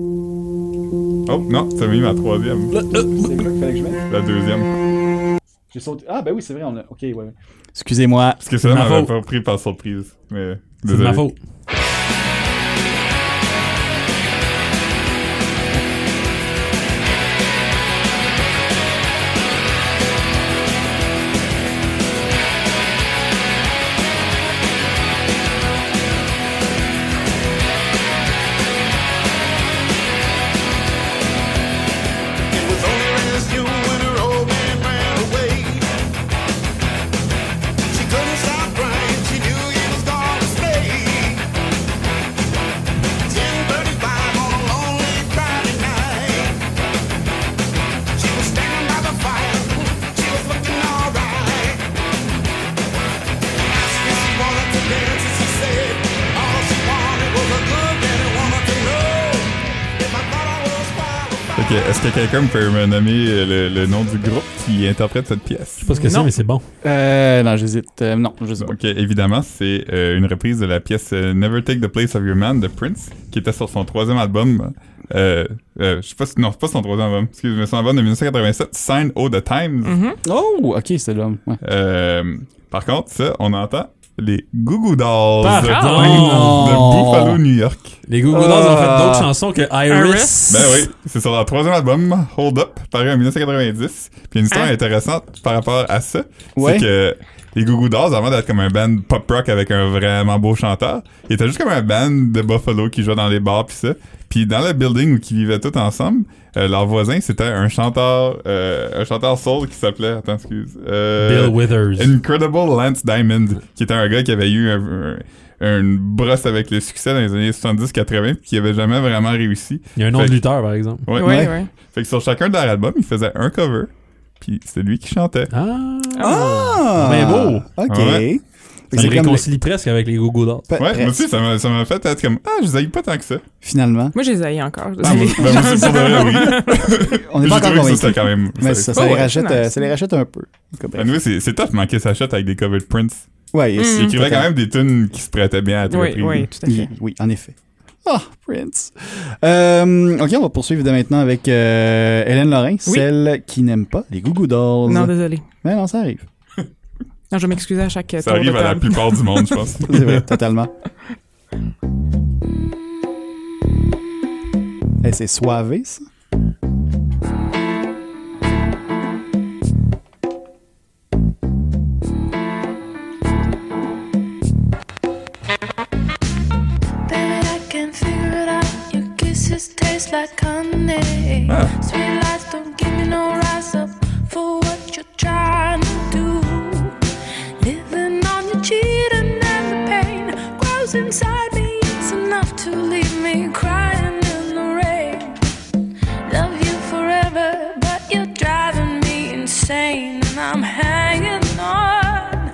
Speaker 1: Oh, non, ça m'a mis ma
Speaker 4: Euh,
Speaker 1: troisième.
Speaker 2: C'est quoi qu'il fallait que je mette?
Speaker 1: La deuxième.
Speaker 2: J'ai sauté. Ah, ben oui, c'est vrai. On a... Ok, ouais. ouais. Excusez-moi.
Speaker 1: Parce que ça
Speaker 4: ma
Speaker 1: m'avait
Speaker 4: faute.
Speaker 1: pas pris par surprise. Mais.
Speaker 4: C'est de
Speaker 1: désolé.
Speaker 4: ma faute.
Speaker 8: It was only last June when her old man ran away. She couldn't stop crying. She knew he was gonna stay. 10:35 on a lonely Friday night. She was standing by the fire. She was looking alright. Asked if she wanted to dance, and she said all she wanted was a good man and wanted to know if I thought I was qualified.
Speaker 1: Ok, est-ce que quelqu'un peut me nommer euh, le, le nom du groupe qui interprète cette pièce?
Speaker 4: Je sais pas ce que c'est, mais c'est bon.
Speaker 2: Euh, non, j'hésite. Euh, non, je sais pas.
Speaker 1: Ok, évidemment, c'est euh, une reprise de la pièce euh, Never Take the Place of Your Man de Prince, qui était sur son troisième album. Euh, euh, je sais pas si, non, c'est pas son troisième album, excuse-moi, son album de 1987, Sign O' the Times.
Speaker 2: Oh, ok, c'est l'homme. Ouais.
Speaker 1: Euh, par contre, ça, on entend les Goo Goo Dolls
Speaker 4: Par
Speaker 1: de,
Speaker 4: contre.
Speaker 1: de Buffalo, New York.
Speaker 4: Les Goo Goo Dolls ont fait d'autres chansons que Iris.
Speaker 3: Iris.
Speaker 1: Ben oui, c'est sur leur troisième album, Hold Up, paru en 1990. Puis une
Speaker 4: Ah.
Speaker 1: histoire
Speaker 3: Hein?
Speaker 1: intéressante par rapport à ça,
Speaker 2: Ouais.
Speaker 1: c'est que les Goo Goo Dolls, avant d'être comme un band pop rock avec un vraiment beau chanteur, ils étaient juste comme un band de Buffalo qui jouait dans les bars puis ça. Puis dans le building où ils vivaient tous ensemble, euh, leur voisin c'était un chanteur, euh, un chanteur soul qui s'appelait, attends excuse, euh,
Speaker 4: Bill Withers.
Speaker 1: Incredible Lance Diamond, qui était un gars qui avait eu un- un- une brosse avec le succès dans les années 70-80 puis qui avait jamais vraiment réussi.
Speaker 4: Il y a un nom
Speaker 1: Fait
Speaker 4: de
Speaker 1: que-
Speaker 4: lutteur, par exemple.
Speaker 1: Ouais.
Speaker 3: Ouais,
Speaker 2: Ouais.
Speaker 3: ouais.
Speaker 1: Fait que sur chacun de leur album, ils faisaient un cover, puis c'était lui qui chantait.
Speaker 4: Ah!
Speaker 2: Ah!
Speaker 4: Mais beau.
Speaker 2: Ok.
Speaker 1: Ouais.
Speaker 2: Fait que
Speaker 4: Ça
Speaker 2: c'est
Speaker 4: me
Speaker 2: comme
Speaker 4: réconcilie presque avec les Goo Goo Dolls.
Speaker 2: les-
Speaker 1: Ouais,
Speaker 2: Pe-
Speaker 1: moi aussi, ça m'a, ça m'a fait être comme Ah, je les haïs pas tant que ça.
Speaker 2: Finalement.
Speaker 3: Moi, je les haïs encore.
Speaker 2: Ah,
Speaker 3: je
Speaker 1: Ben,
Speaker 3: sais.
Speaker 1: moi aussi, pour de vrai, oui.
Speaker 2: On n'est
Speaker 1: J'ai
Speaker 2: pas encore
Speaker 1: trouvé que ça, c'était
Speaker 2: convaincus.
Speaker 1: quand même.
Speaker 2: Mais ça, ça,
Speaker 3: Ouais,
Speaker 2: les
Speaker 3: ouais,
Speaker 2: rachète,
Speaker 3: c'est
Speaker 2: euh,
Speaker 3: nice.
Speaker 2: ça les rachète un peu. En tout cas, bref.
Speaker 1: Anyway, c'est, c'est tough manquer sa shot avec des covers de Prince.
Speaker 2: Ouais, yes.
Speaker 1: Ben, Il écrivait
Speaker 2: Total.
Speaker 1: quand même des tunes qui se prêtaient bien à être
Speaker 3: Mm. Oui,
Speaker 1: reprises.
Speaker 3: oui, tout à fait.
Speaker 2: Oui, oui, en effet. Ah, Prince. Euh, ok, on va poursuivre de maintenant avec euh, Hélène Lorrain,
Speaker 3: Oui.
Speaker 2: celle qui n'aime pas les Goo Goo Dolls.
Speaker 3: Non, désolé.
Speaker 2: Mais non, ça arrive.
Speaker 3: Non, je vais m'excuser à chaque euh,
Speaker 1: Ça
Speaker 3: tour de
Speaker 1: arrive à la
Speaker 3: table.
Speaker 1: plupart du monde, je pense.
Speaker 2: C'est vrai, totalement. Hey, Eh, c'est soivé, ça.
Speaker 7: Bet I can figure it out. Your kisses taste like honey. Sweet lies don't give me no rise up for what you're trying to do. Living on your cheating and the pain grows inside me. It's enough to leave me crying in the rain. Love you forever, but you're driving me insane, and I'm hanging on.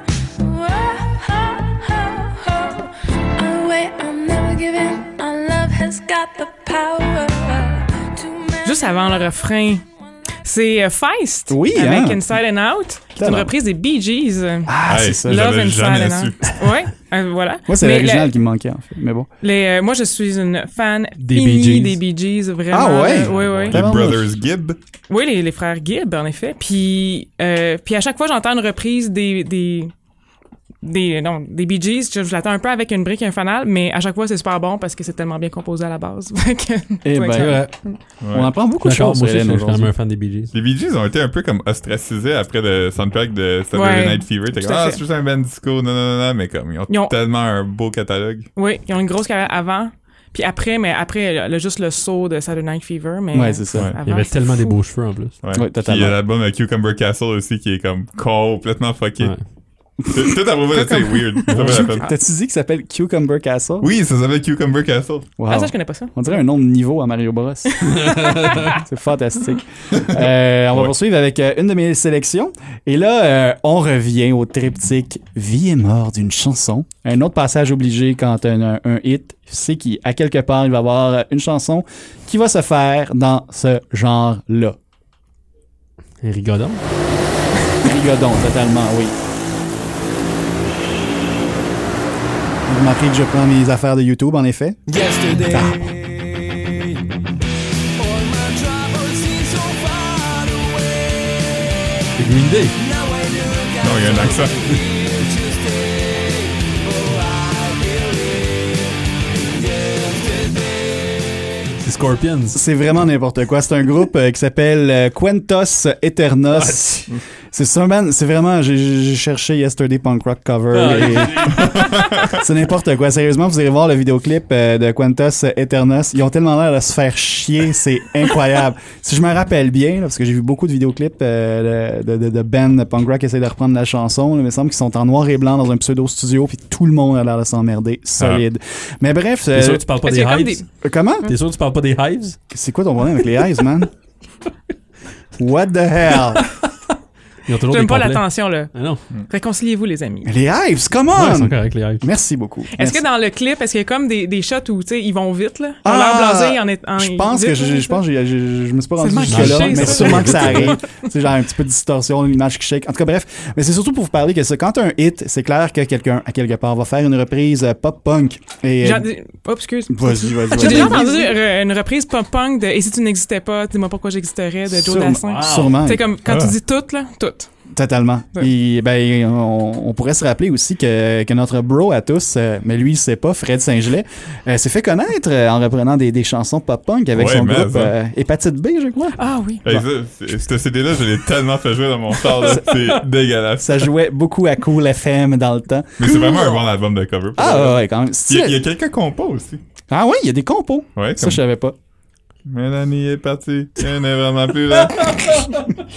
Speaker 7: Oh, wait, I'm never giving. Our love has got the power to make.
Speaker 3: Juste avant le refrain, c'est euh, Feist
Speaker 2: Oui,
Speaker 3: avec
Speaker 2: hein.
Speaker 3: Inside and Out. C'est une
Speaker 2: Tellement.
Speaker 3: reprise des Bee Gees.
Speaker 2: Ah,
Speaker 1: Hey,
Speaker 2: c'est ça.
Speaker 1: j'avais
Speaker 3: Love
Speaker 1: jamais
Speaker 3: Inside and
Speaker 1: su.
Speaker 3: Out. ouais, euh, voilà.
Speaker 2: Moi, c'est
Speaker 3: Mais
Speaker 2: l'original qui me manquait, en fait. Mais bon.
Speaker 3: la- les, euh, moi, je suis une fan
Speaker 4: Des
Speaker 3: finie
Speaker 4: Bee Gees.
Speaker 3: des Bee Gees, vraiment.
Speaker 2: Ah ouais?
Speaker 3: là. Ouais, ouais.
Speaker 1: Les
Speaker 2: Tabarnouche.
Speaker 1: Brothers Gibb.
Speaker 3: Oui, les, les frères Gibb, en effet. Puis, euh, puis à chaque fois, j'entends une reprise des, des, des, non, des Bee Gees. Je, je l'attends un peu avec une brique et un fanal, mais à chaque fois, c'est super bon parce que c'est tellement bien composé à la base. Fait que-
Speaker 2: Eh ben,
Speaker 4: C'est vrai.
Speaker 2: on en prend beaucoup de
Speaker 4: D'accord,
Speaker 2: choses,
Speaker 4: moi aussi, je
Speaker 2: Hélène,
Speaker 4: suis quand
Speaker 2: aujourd'hui.
Speaker 4: même un fan des Bee Gees.
Speaker 1: Les Bee Gees ont été un peu comme ostracisés après le soundtrack de Saturday
Speaker 3: Ouais,
Speaker 1: Night Fever. T'es
Speaker 3: tout
Speaker 1: comme,
Speaker 3: à
Speaker 1: ah,
Speaker 3: fait.
Speaker 1: c'est juste un band disco, non, non, non, non, mais comme, ils ont,
Speaker 3: Ils ont-
Speaker 1: tellement un beau catalogue.
Speaker 3: oui, ils ont une grosse carrière avant. Puis après, mais après, le, juste le saut de Saturday Night Fever. Mais
Speaker 2: Ouais, c'est ça.
Speaker 1: Ouais.
Speaker 4: Il y avait tellement des beaux cheveux en plus.
Speaker 1: Ouais.
Speaker 2: Ouais,
Speaker 1: Puis il
Speaker 2: totalement.
Speaker 1: y a l'album euh, Cucumber Castle aussi qui est comme complètement fucké.
Speaker 4: Ouais.
Speaker 1: Tout tout à propos de ça, c'est weird. Ça vaut la peine.
Speaker 2: T'as-tu dit qu'il s'appelle Cucumber Castle?
Speaker 1: Oui, ça s'appelle Cucumber Castle.
Speaker 2: Wow.
Speaker 3: Ah, ça, je connais pas ça.
Speaker 2: On dirait un nom de niveau à Mario Bros. c'est fantastique. Euh, on va
Speaker 1: Ouais.
Speaker 2: poursuivre avec euh, une de mes sélections. Et là, euh, on revient au triptyque Vie et mort d'une chanson. Un autre passage obligé quand un, un, un hit, c'est qu'à quelque part, il va y avoir une chanson qui va se faire dans ce genre-là.
Speaker 4: Henry Godon.
Speaker 2: Rigodon, totalement, oui. Vous remarquez que je prends mes affaires de YouTube, en effet.
Speaker 8: Yesterday, all my troubles seem so far away.
Speaker 4: C'est Green Day.
Speaker 8: Now I look
Speaker 1: Non, il y a un accent.
Speaker 4: C'est Scorpions.
Speaker 2: C'est vraiment n'importe quoi. C'est un groupe euh, qui s'appelle euh, Quentos Eternos. C'est c'est un band- c'est vraiment, j'ai- j'ai j'ai cherché Yesterday Punk Rock Cover.
Speaker 4: Ah,
Speaker 2: et- c'est n'importe quoi. Sérieusement, vous irez voir le vidéoclip euh, de Quentos Eternos. Ils ont tellement l'air de se faire chier, c'est incroyable. si je me rappelle bien, là, parce que j'ai vu beaucoup de vidéoclips euh, de, de, de bands de punk rock essayer de reprendre la chanson, là, mais il me semble qu'ils sont en noir et blanc dans un pseudo-studio, puis tout le monde a l'air de s'emmerder. Solide. Mais bref,
Speaker 4: T'es
Speaker 2: euh,
Speaker 4: sûr que tu parles pas
Speaker 3: Parce
Speaker 4: des
Speaker 3: qu'il y a comme
Speaker 4: Hives?
Speaker 2: comment?
Speaker 4: T'es sûr que tu parles pas des Hives?
Speaker 2: C'est quoi ton problème avec les eyes, man? What the hell?
Speaker 4: Ils ont toujours des
Speaker 3: J'aime pas
Speaker 4: complets.
Speaker 3: l'attention, là.
Speaker 4: Ah non,
Speaker 2: Mm.
Speaker 3: Réconciliez-vous, les amis.
Speaker 2: Les eyes, come
Speaker 4: Ouais, ils
Speaker 2: on!
Speaker 3: Hmm.
Speaker 4: sont corrects, les Hives.
Speaker 2: Merci beaucoup.
Speaker 3: Est-ce
Speaker 2: Merci.
Speaker 3: que dans le clip, est-ce qu'il y a comme des, des shots où, tu sais, ils vont vite, là? On
Speaker 2: Ah!
Speaker 3: l'air blasé, en est- en-
Speaker 2: Je pense que
Speaker 3: vite,
Speaker 2: je,
Speaker 3: là,
Speaker 2: je pense que j'ai- j'ai- je me suis pas rendu
Speaker 3: Tellement
Speaker 2: jusque-là,
Speaker 3: cliché,
Speaker 2: mais
Speaker 3: ça.
Speaker 2: sûrement que ça arrive. c'est genre un petit peu de distorsion, l'image qui shake. En tout cas, bref. Mais c'est surtout pour vous parler que ça, quand t'as un hit, c'est clair que quelqu'un, à quelque part, va faire une reprise euh, pop-punk. Et. euh,
Speaker 3: J'en- Oh, excuse.
Speaker 2: Vas-y, vas-y,
Speaker 3: J'ai
Speaker 2: vas-y.
Speaker 3: déjà entendu re- une reprise pop-punk de Et si tu n'existais pas, dis-moi pourquoi j'existerais de Joe
Speaker 2: Sûrement.
Speaker 3: Dassin.
Speaker 2: Sûrement.
Speaker 3: C'est comme quand
Speaker 1: Ah.
Speaker 3: tu dis tout, là, tout.
Speaker 2: Totalement.
Speaker 3: Ouais.
Speaker 2: Et ben, on, on pourrait se rappeler aussi que, que notre bro à tous, euh, mais lui, il sait pas, Fred Saint-Gelais, euh, s'est fait connaître euh, en reprenant des, des chansons pop-punk avec
Speaker 1: Ouais,
Speaker 2: son
Speaker 1: mais
Speaker 2: groupe
Speaker 1: ça.
Speaker 2: euh, Hépatite B, je crois.
Speaker 3: Ah oui.
Speaker 1: Hey, ça, c'est- ce CD-là, je l'ai tellement fait jouer dans mon char, là. C'est dégueulasse.
Speaker 2: Ça jouait beaucoup à Cool FM dans le temps.
Speaker 1: Mais c'est vraiment un bon album de cover. pour
Speaker 2: Ah
Speaker 1: vrai.
Speaker 2: ouais, quand même.
Speaker 1: Il y a, il y
Speaker 2: Stylé.
Speaker 1: a quelques compas aussi.
Speaker 2: Ah ouais, il y a des compos.
Speaker 1: Ouais,
Speaker 2: Ça,
Speaker 1: comme-
Speaker 2: je savais pas.
Speaker 1: Mélanie est partie, elle n'est vraiment plus là.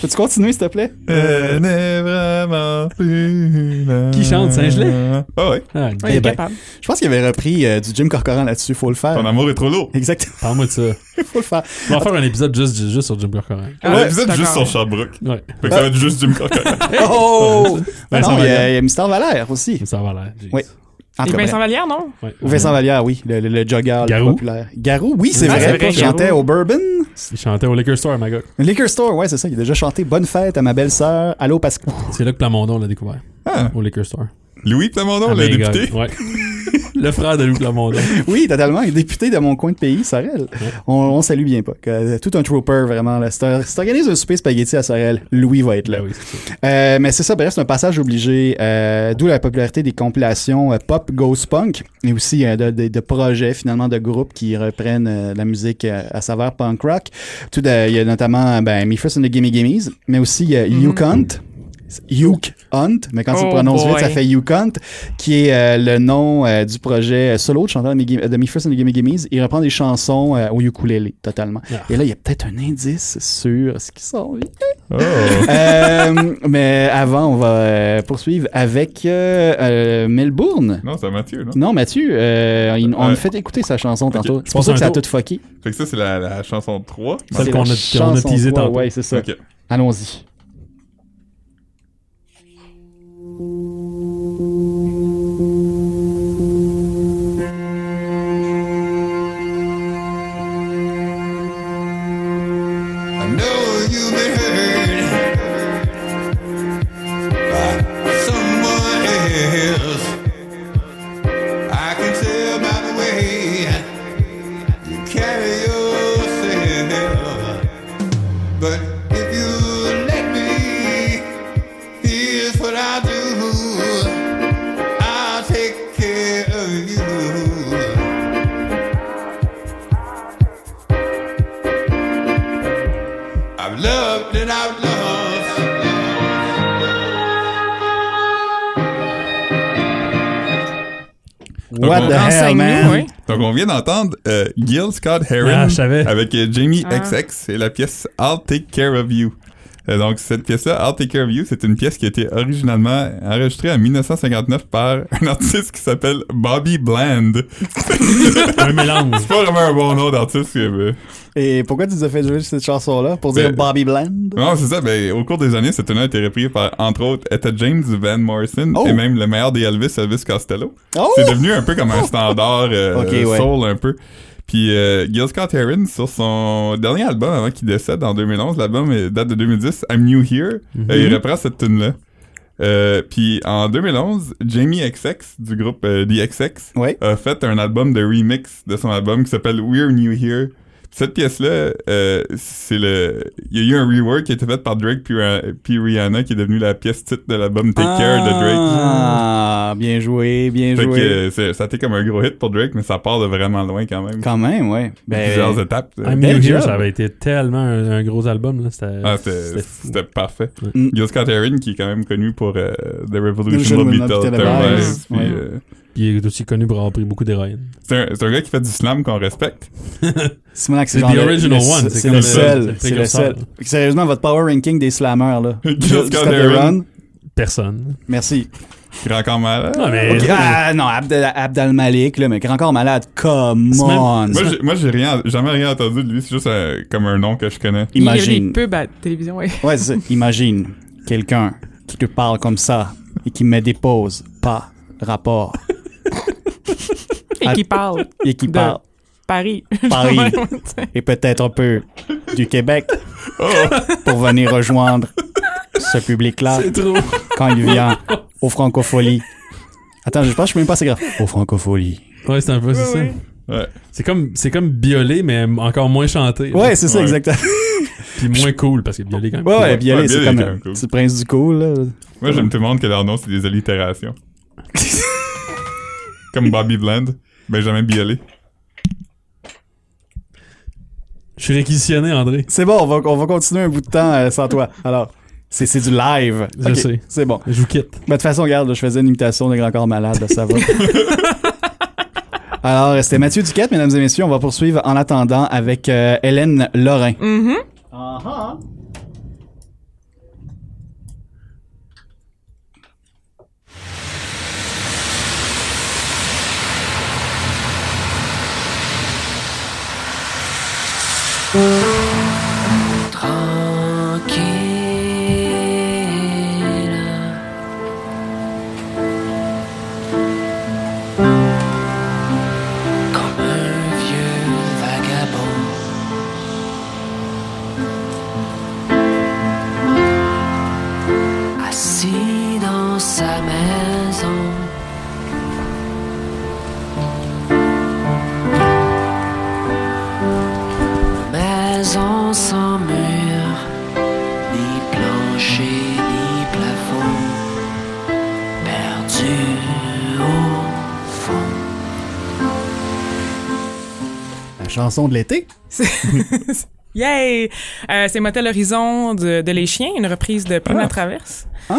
Speaker 2: Peux-tu continuer, s'il te plaît?
Speaker 1: Elle Euh, n'est vraiment plus là.
Speaker 4: Euh, Qui chante, Saint-Gelais?
Speaker 1: Ah ouais.
Speaker 4: Ah,
Speaker 3: Ouais, il
Speaker 2: Eh
Speaker 3: est
Speaker 2: ben.
Speaker 3: capable.
Speaker 2: Je pense qu'il avait repris euh, du Jim Corcoran là-dessus. Faut le faire.
Speaker 3: Ah.
Speaker 1: Ton amour est trop lourd.
Speaker 2: Exactement,
Speaker 4: Parle-moi de ça.
Speaker 2: faut le faire.
Speaker 4: On va faire un épisode juste, juste sur Jim Corcoran.
Speaker 3: Ah,
Speaker 1: Ouais, L'épisode
Speaker 3: je
Speaker 1: est
Speaker 3: suis
Speaker 1: juste sur
Speaker 3: d'accord. Ah.
Speaker 1: Sherbrooke.
Speaker 4: Ouais.
Speaker 1: Fait que ça va être juste Jim Corcoran.
Speaker 2: Oh!
Speaker 4: Ben, ça
Speaker 2: Ah non,
Speaker 4: va
Speaker 2: il y
Speaker 4: bien.
Speaker 2: a, il y a Mister Valère aussi.
Speaker 4: Ça va l'air. jeez.
Speaker 2: Oui. En
Speaker 1: ben,
Speaker 2: tout
Speaker 3: Et
Speaker 2: cas,
Speaker 3: Vincent Vallière, non?
Speaker 4: Ouais.
Speaker 2: Ou Vincent Vallière, oui, le, le, le jogger le
Speaker 4: Garou.
Speaker 2: populaire. Garou, oui, c'est
Speaker 4: Ah,
Speaker 2: vrai.
Speaker 4: c'est vrai,
Speaker 2: Il chantait
Speaker 3: Garou.
Speaker 2: au Bourbon.
Speaker 4: Il chantait au Liquor Store, ma gars.
Speaker 2: Liquor Store, ouais, c'est ça. Il a déjà chanté Bonne fête à ma belle-sœur. Allô, Pascal.
Speaker 4: C'est là que Plamondon l'a découvert.
Speaker 1: Ah.
Speaker 4: Au Liquor Store.
Speaker 1: Louis Plamondon,
Speaker 4: Ah,
Speaker 1: le
Speaker 4: my God.
Speaker 1: député.
Speaker 4: Ouais. Le frère de Luc Lamondon.
Speaker 2: Oui, totalement. Il est député de mon coin de pays, Sorel. On, on salue bien pas. que- Tout un trooper, vraiment. Là. Si t'or- si t'organises un souper spaghetti à Sorel, Louis va être là.
Speaker 4: Ben oui, c'est ça.
Speaker 2: Euh, mais c'est ça, bref, c'est un passage obligé, euh, d'où la popularité des compilations euh, pop, ghost punk, et aussi euh, de, de- de projets finalement de groupes qui reprennent euh, la musique euh, à saveur punk rock. Tout, euh, il y a notamment euh, ben, Me First and the Gimme Gimmes, mais aussi euh, You Can't. Hugh Hunt, mais quand tu le
Speaker 3: Mm-hmm. Oh
Speaker 2: prononces vite, ça
Speaker 3: boy.
Speaker 2: fait Hugh Hunt, qui est euh, le nom euh, du projet solo de chanteur de Migi- de Me First and the Gimme Gimmes. Il reprend des chansons euh, au ukulélé, totalement.
Speaker 3: Ah.
Speaker 2: Et là, il y a peut-être un indice sur ce qui s'en vient.
Speaker 1: Oh.
Speaker 2: Euh, mais avant, on va euh, poursuivre avec euh, euh, Melbourne.
Speaker 1: non, c'est à Mathieu, non?
Speaker 2: Non, Mathieu, euh, il- on
Speaker 1: Euh,
Speaker 2: me fait écouter sa chanson tantôt. C'est pour
Speaker 4: pense
Speaker 2: ça
Speaker 4: à
Speaker 2: que
Speaker 4: un
Speaker 2: ça a
Speaker 4: tour.
Speaker 2: tout fucké.
Speaker 1: Fait que ça, c'est la, la chanson 3.
Speaker 4: Celle
Speaker 2: C'est la
Speaker 4: qu'on a- qu'on a
Speaker 2: chanson
Speaker 4: teasée
Speaker 2: trois,
Speaker 4: tantôt.
Speaker 2: Ouais, c'est ça.
Speaker 1: Ok.
Speaker 2: Allons-y.
Speaker 5: I know you've been hurt by someone else. I can tell by the way you carry yourself. But if you let me, here's what I'll do. I'll take care of you. I've loved and I've lost.
Speaker 2: What
Speaker 1: on
Speaker 2: the hell, Eh, man?
Speaker 3: Enseigne-nous, oui.
Speaker 1: Donc, on vient d'entendre euh, Gil Scott
Speaker 4: Ah,
Speaker 1: Heron
Speaker 4: je savais.
Speaker 1: avec euh, Jamie
Speaker 3: Ah.
Speaker 1: XX et la pièce I'll Take Care of You. Euh, donc, cette pièce-là, I'll Take Care of You, c'est une pièce qui a été originalement enregistrée en 1959 par un artiste qui s'appelle Bobby Bland.
Speaker 4: Un mélange.
Speaker 1: C'est pas vraiment un bon nom d'artiste. euh,
Speaker 2: Et pourquoi tu nous as fait jouer cette chanson-là Pour dire
Speaker 1: Ben,
Speaker 2: Bobby Bland
Speaker 1: Non, c'est ça. Ben, au cours des années, cette tune-là a été reprise par, entre autres, Etta James, Van Morrison
Speaker 2: Oh!
Speaker 1: et même le meilleur des Elvis, Elvis Costello.
Speaker 2: Oh!
Speaker 1: C'est devenu un peu comme un standard euh,
Speaker 2: Ok, ouais.
Speaker 1: soul un peu. Puis euh, Gil Scott Heron, sur son dernier album avant qu'il décède en 2011, l'album euh, date de 2010, I'm New Here,
Speaker 2: Mhm.
Speaker 1: euh, il reprend cette tune-là. Euh, puis en 2011, Jamie XX du groupe euh, The XX
Speaker 2: Ouais.
Speaker 1: a fait un album de remix de son album qui s'appelle We're New Here. Puis Cette pièce-là, euh, c'est le, il y a eu un rework qui a été fait par Drake puis, Ra- puis Rihanna qui est devenue la pièce titre de l'album Take Care de Drake.
Speaker 2: Ah, bien joué, bien
Speaker 1: Fait que
Speaker 2: joué.
Speaker 1: euh, c'est- ça a été comme un gros hit pour Drake, mais ça part de vraiment loin quand même.
Speaker 2: Quand même, ouais. Ben,
Speaker 1: Plusieurs étapes. euh.
Speaker 4: I'm
Speaker 2: Bel
Speaker 4: New Here,
Speaker 2: job.
Speaker 4: ça avait été tellement un, un gros album. Là. C'était,
Speaker 1: Ah,
Speaker 4: c'était
Speaker 1: c'était
Speaker 4: fou.
Speaker 1: c'était parfait.
Speaker 2: Mm.
Speaker 1: Gil Scott Heron, qui est quand même connu pour euh, The Revolution
Speaker 2: Revolution
Speaker 1: Will Be
Speaker 2: Will Not Be
Speaker 1: Televised,
Speaker 2: Televised,
Speaker 1: puis,
Speaker 2: ouais.
Speaker 1: euh,
Speaker 4: Il est aussi connu pour avoir pris beaucoup d'héroïne.
Speaker 1: C'est un, c'est un gars qui fait du slam qu'on respecte.
Speaker 2: Simonac,
Speaker 4: C'est
Speaker 2: genre
Speaker 4: the
Speaker 2: le-
Speaker 4: original
Speaker 2: le-
Speaker 4: one, c'est
Speaker 2: C'est
Speaker 4: comme
Speaker 2: le
Speaker 4: le- c'est
Speaker 2: seul.
Speaker 4: le
Speaker 2: C'est le
Speaker 4: précurseur.
Speaker 2: seul. Sérieusement, votre power ranking des slammers, là.
Speaker 1: Gil Scott
Speaker 2: Heron.
Speaker 1: Heron.
Speaker 4: Personne.
Speaker 2: Merci.
Speaker 1: Grand corps malade.
Speaker 4: Non, mais.
Speaker 2: Ok, Ah non, Abd Abd al-Malik, là, mais grand corps malade, come
Speaker 4: C'est même-
Speaker 2: on!
Speaker 1: Moi, j'ai- Moi, j'ai rien, jamais rien entendu de lui. C'est juste euh, comme un nom que je connais.
Speaker 3: Il y a des
Speaker 2: Imagine.
Speaker 3: pubs à la télévision, ouais.
Speaker 2: Ouais, c'est ça. Imagine quelqu'un qui te parle comme ça et qui me dépose pas rapport
Speaker 3: Et qui parle.
Speaker 2: et qui
Speaker 3: De-
Speaker 2: parle
Speaker 3: Paris.
Speaker 2: Paris.
Speaker 3: Ouais, ouais, t'sais.
Speaker 2: et peut-être un peu du Québec
Speaker 4: Oh.
Speaker 2: pour venir rejoindre ce public-là
Speaker 4: trop.
Speaker 2: quand il vient aux francopholies. Attends, je pense que je sais même pas c'est grave. Aux francopholies.
Speaker 4: Ouais, c'est un peu c'est ça.
Speaker 1: Ouais.
Speaker 4: C'est comme, c'est comme Biolé, mais encore moins chanté.
Speaker 2: Ouais, c'est ça,
Speaker 1: Ouais.
Speaker 2: exactement.
Speaker 4: Puis moins cool, parce que Biolé, quand même.
Speaker 2: Ouais, ouais, Biolay,
Speaker 1: Ouais,
Speaker 2: c'est
Speaker 1: Biolay,
Speaker 2: comme
Speaker 1: quand même, cool.
Speaker 2: c'est le prince du cool, là.
Speaker 1: Moi, j'aime tout le monde que leur nom, c'est des allitérations. comme Bobby Bland, Benjamin Biolay.
Speaker 4: Je suis réquisitionné, André.
Speaker 2: C'est bon, on va, on va continuer un bout de temps euh, sans toi. Alors, c'est c'est du live.
Speaker 4: Je
Speaker 2: Ok,
Speaker 4: sais.
Speaker 2: C'est bon.
Speaker 4: Je vous quitte.
Speaker 2: Ben, de toute façon, regarde, je faisais une imitation de Grand Corps Malade, ça va. Alors, c'était Mathieu Duquette, mesdames et messieurs. On va poursuivre en attendant avec euh, Hélène Lorrain.
Speaker 3: Mhm.
Speaker 7: Tranquille. Comme un vieux vagabond.
Speaker 2: chanson de l'été.
Speaker 3: Yay! Euh, c'est Motel Horizon de, de Les Chiens, une reprise de Plume
Speaker 2: Ah.
Speaker 3: la Traverse.
Speaker 2: Ah!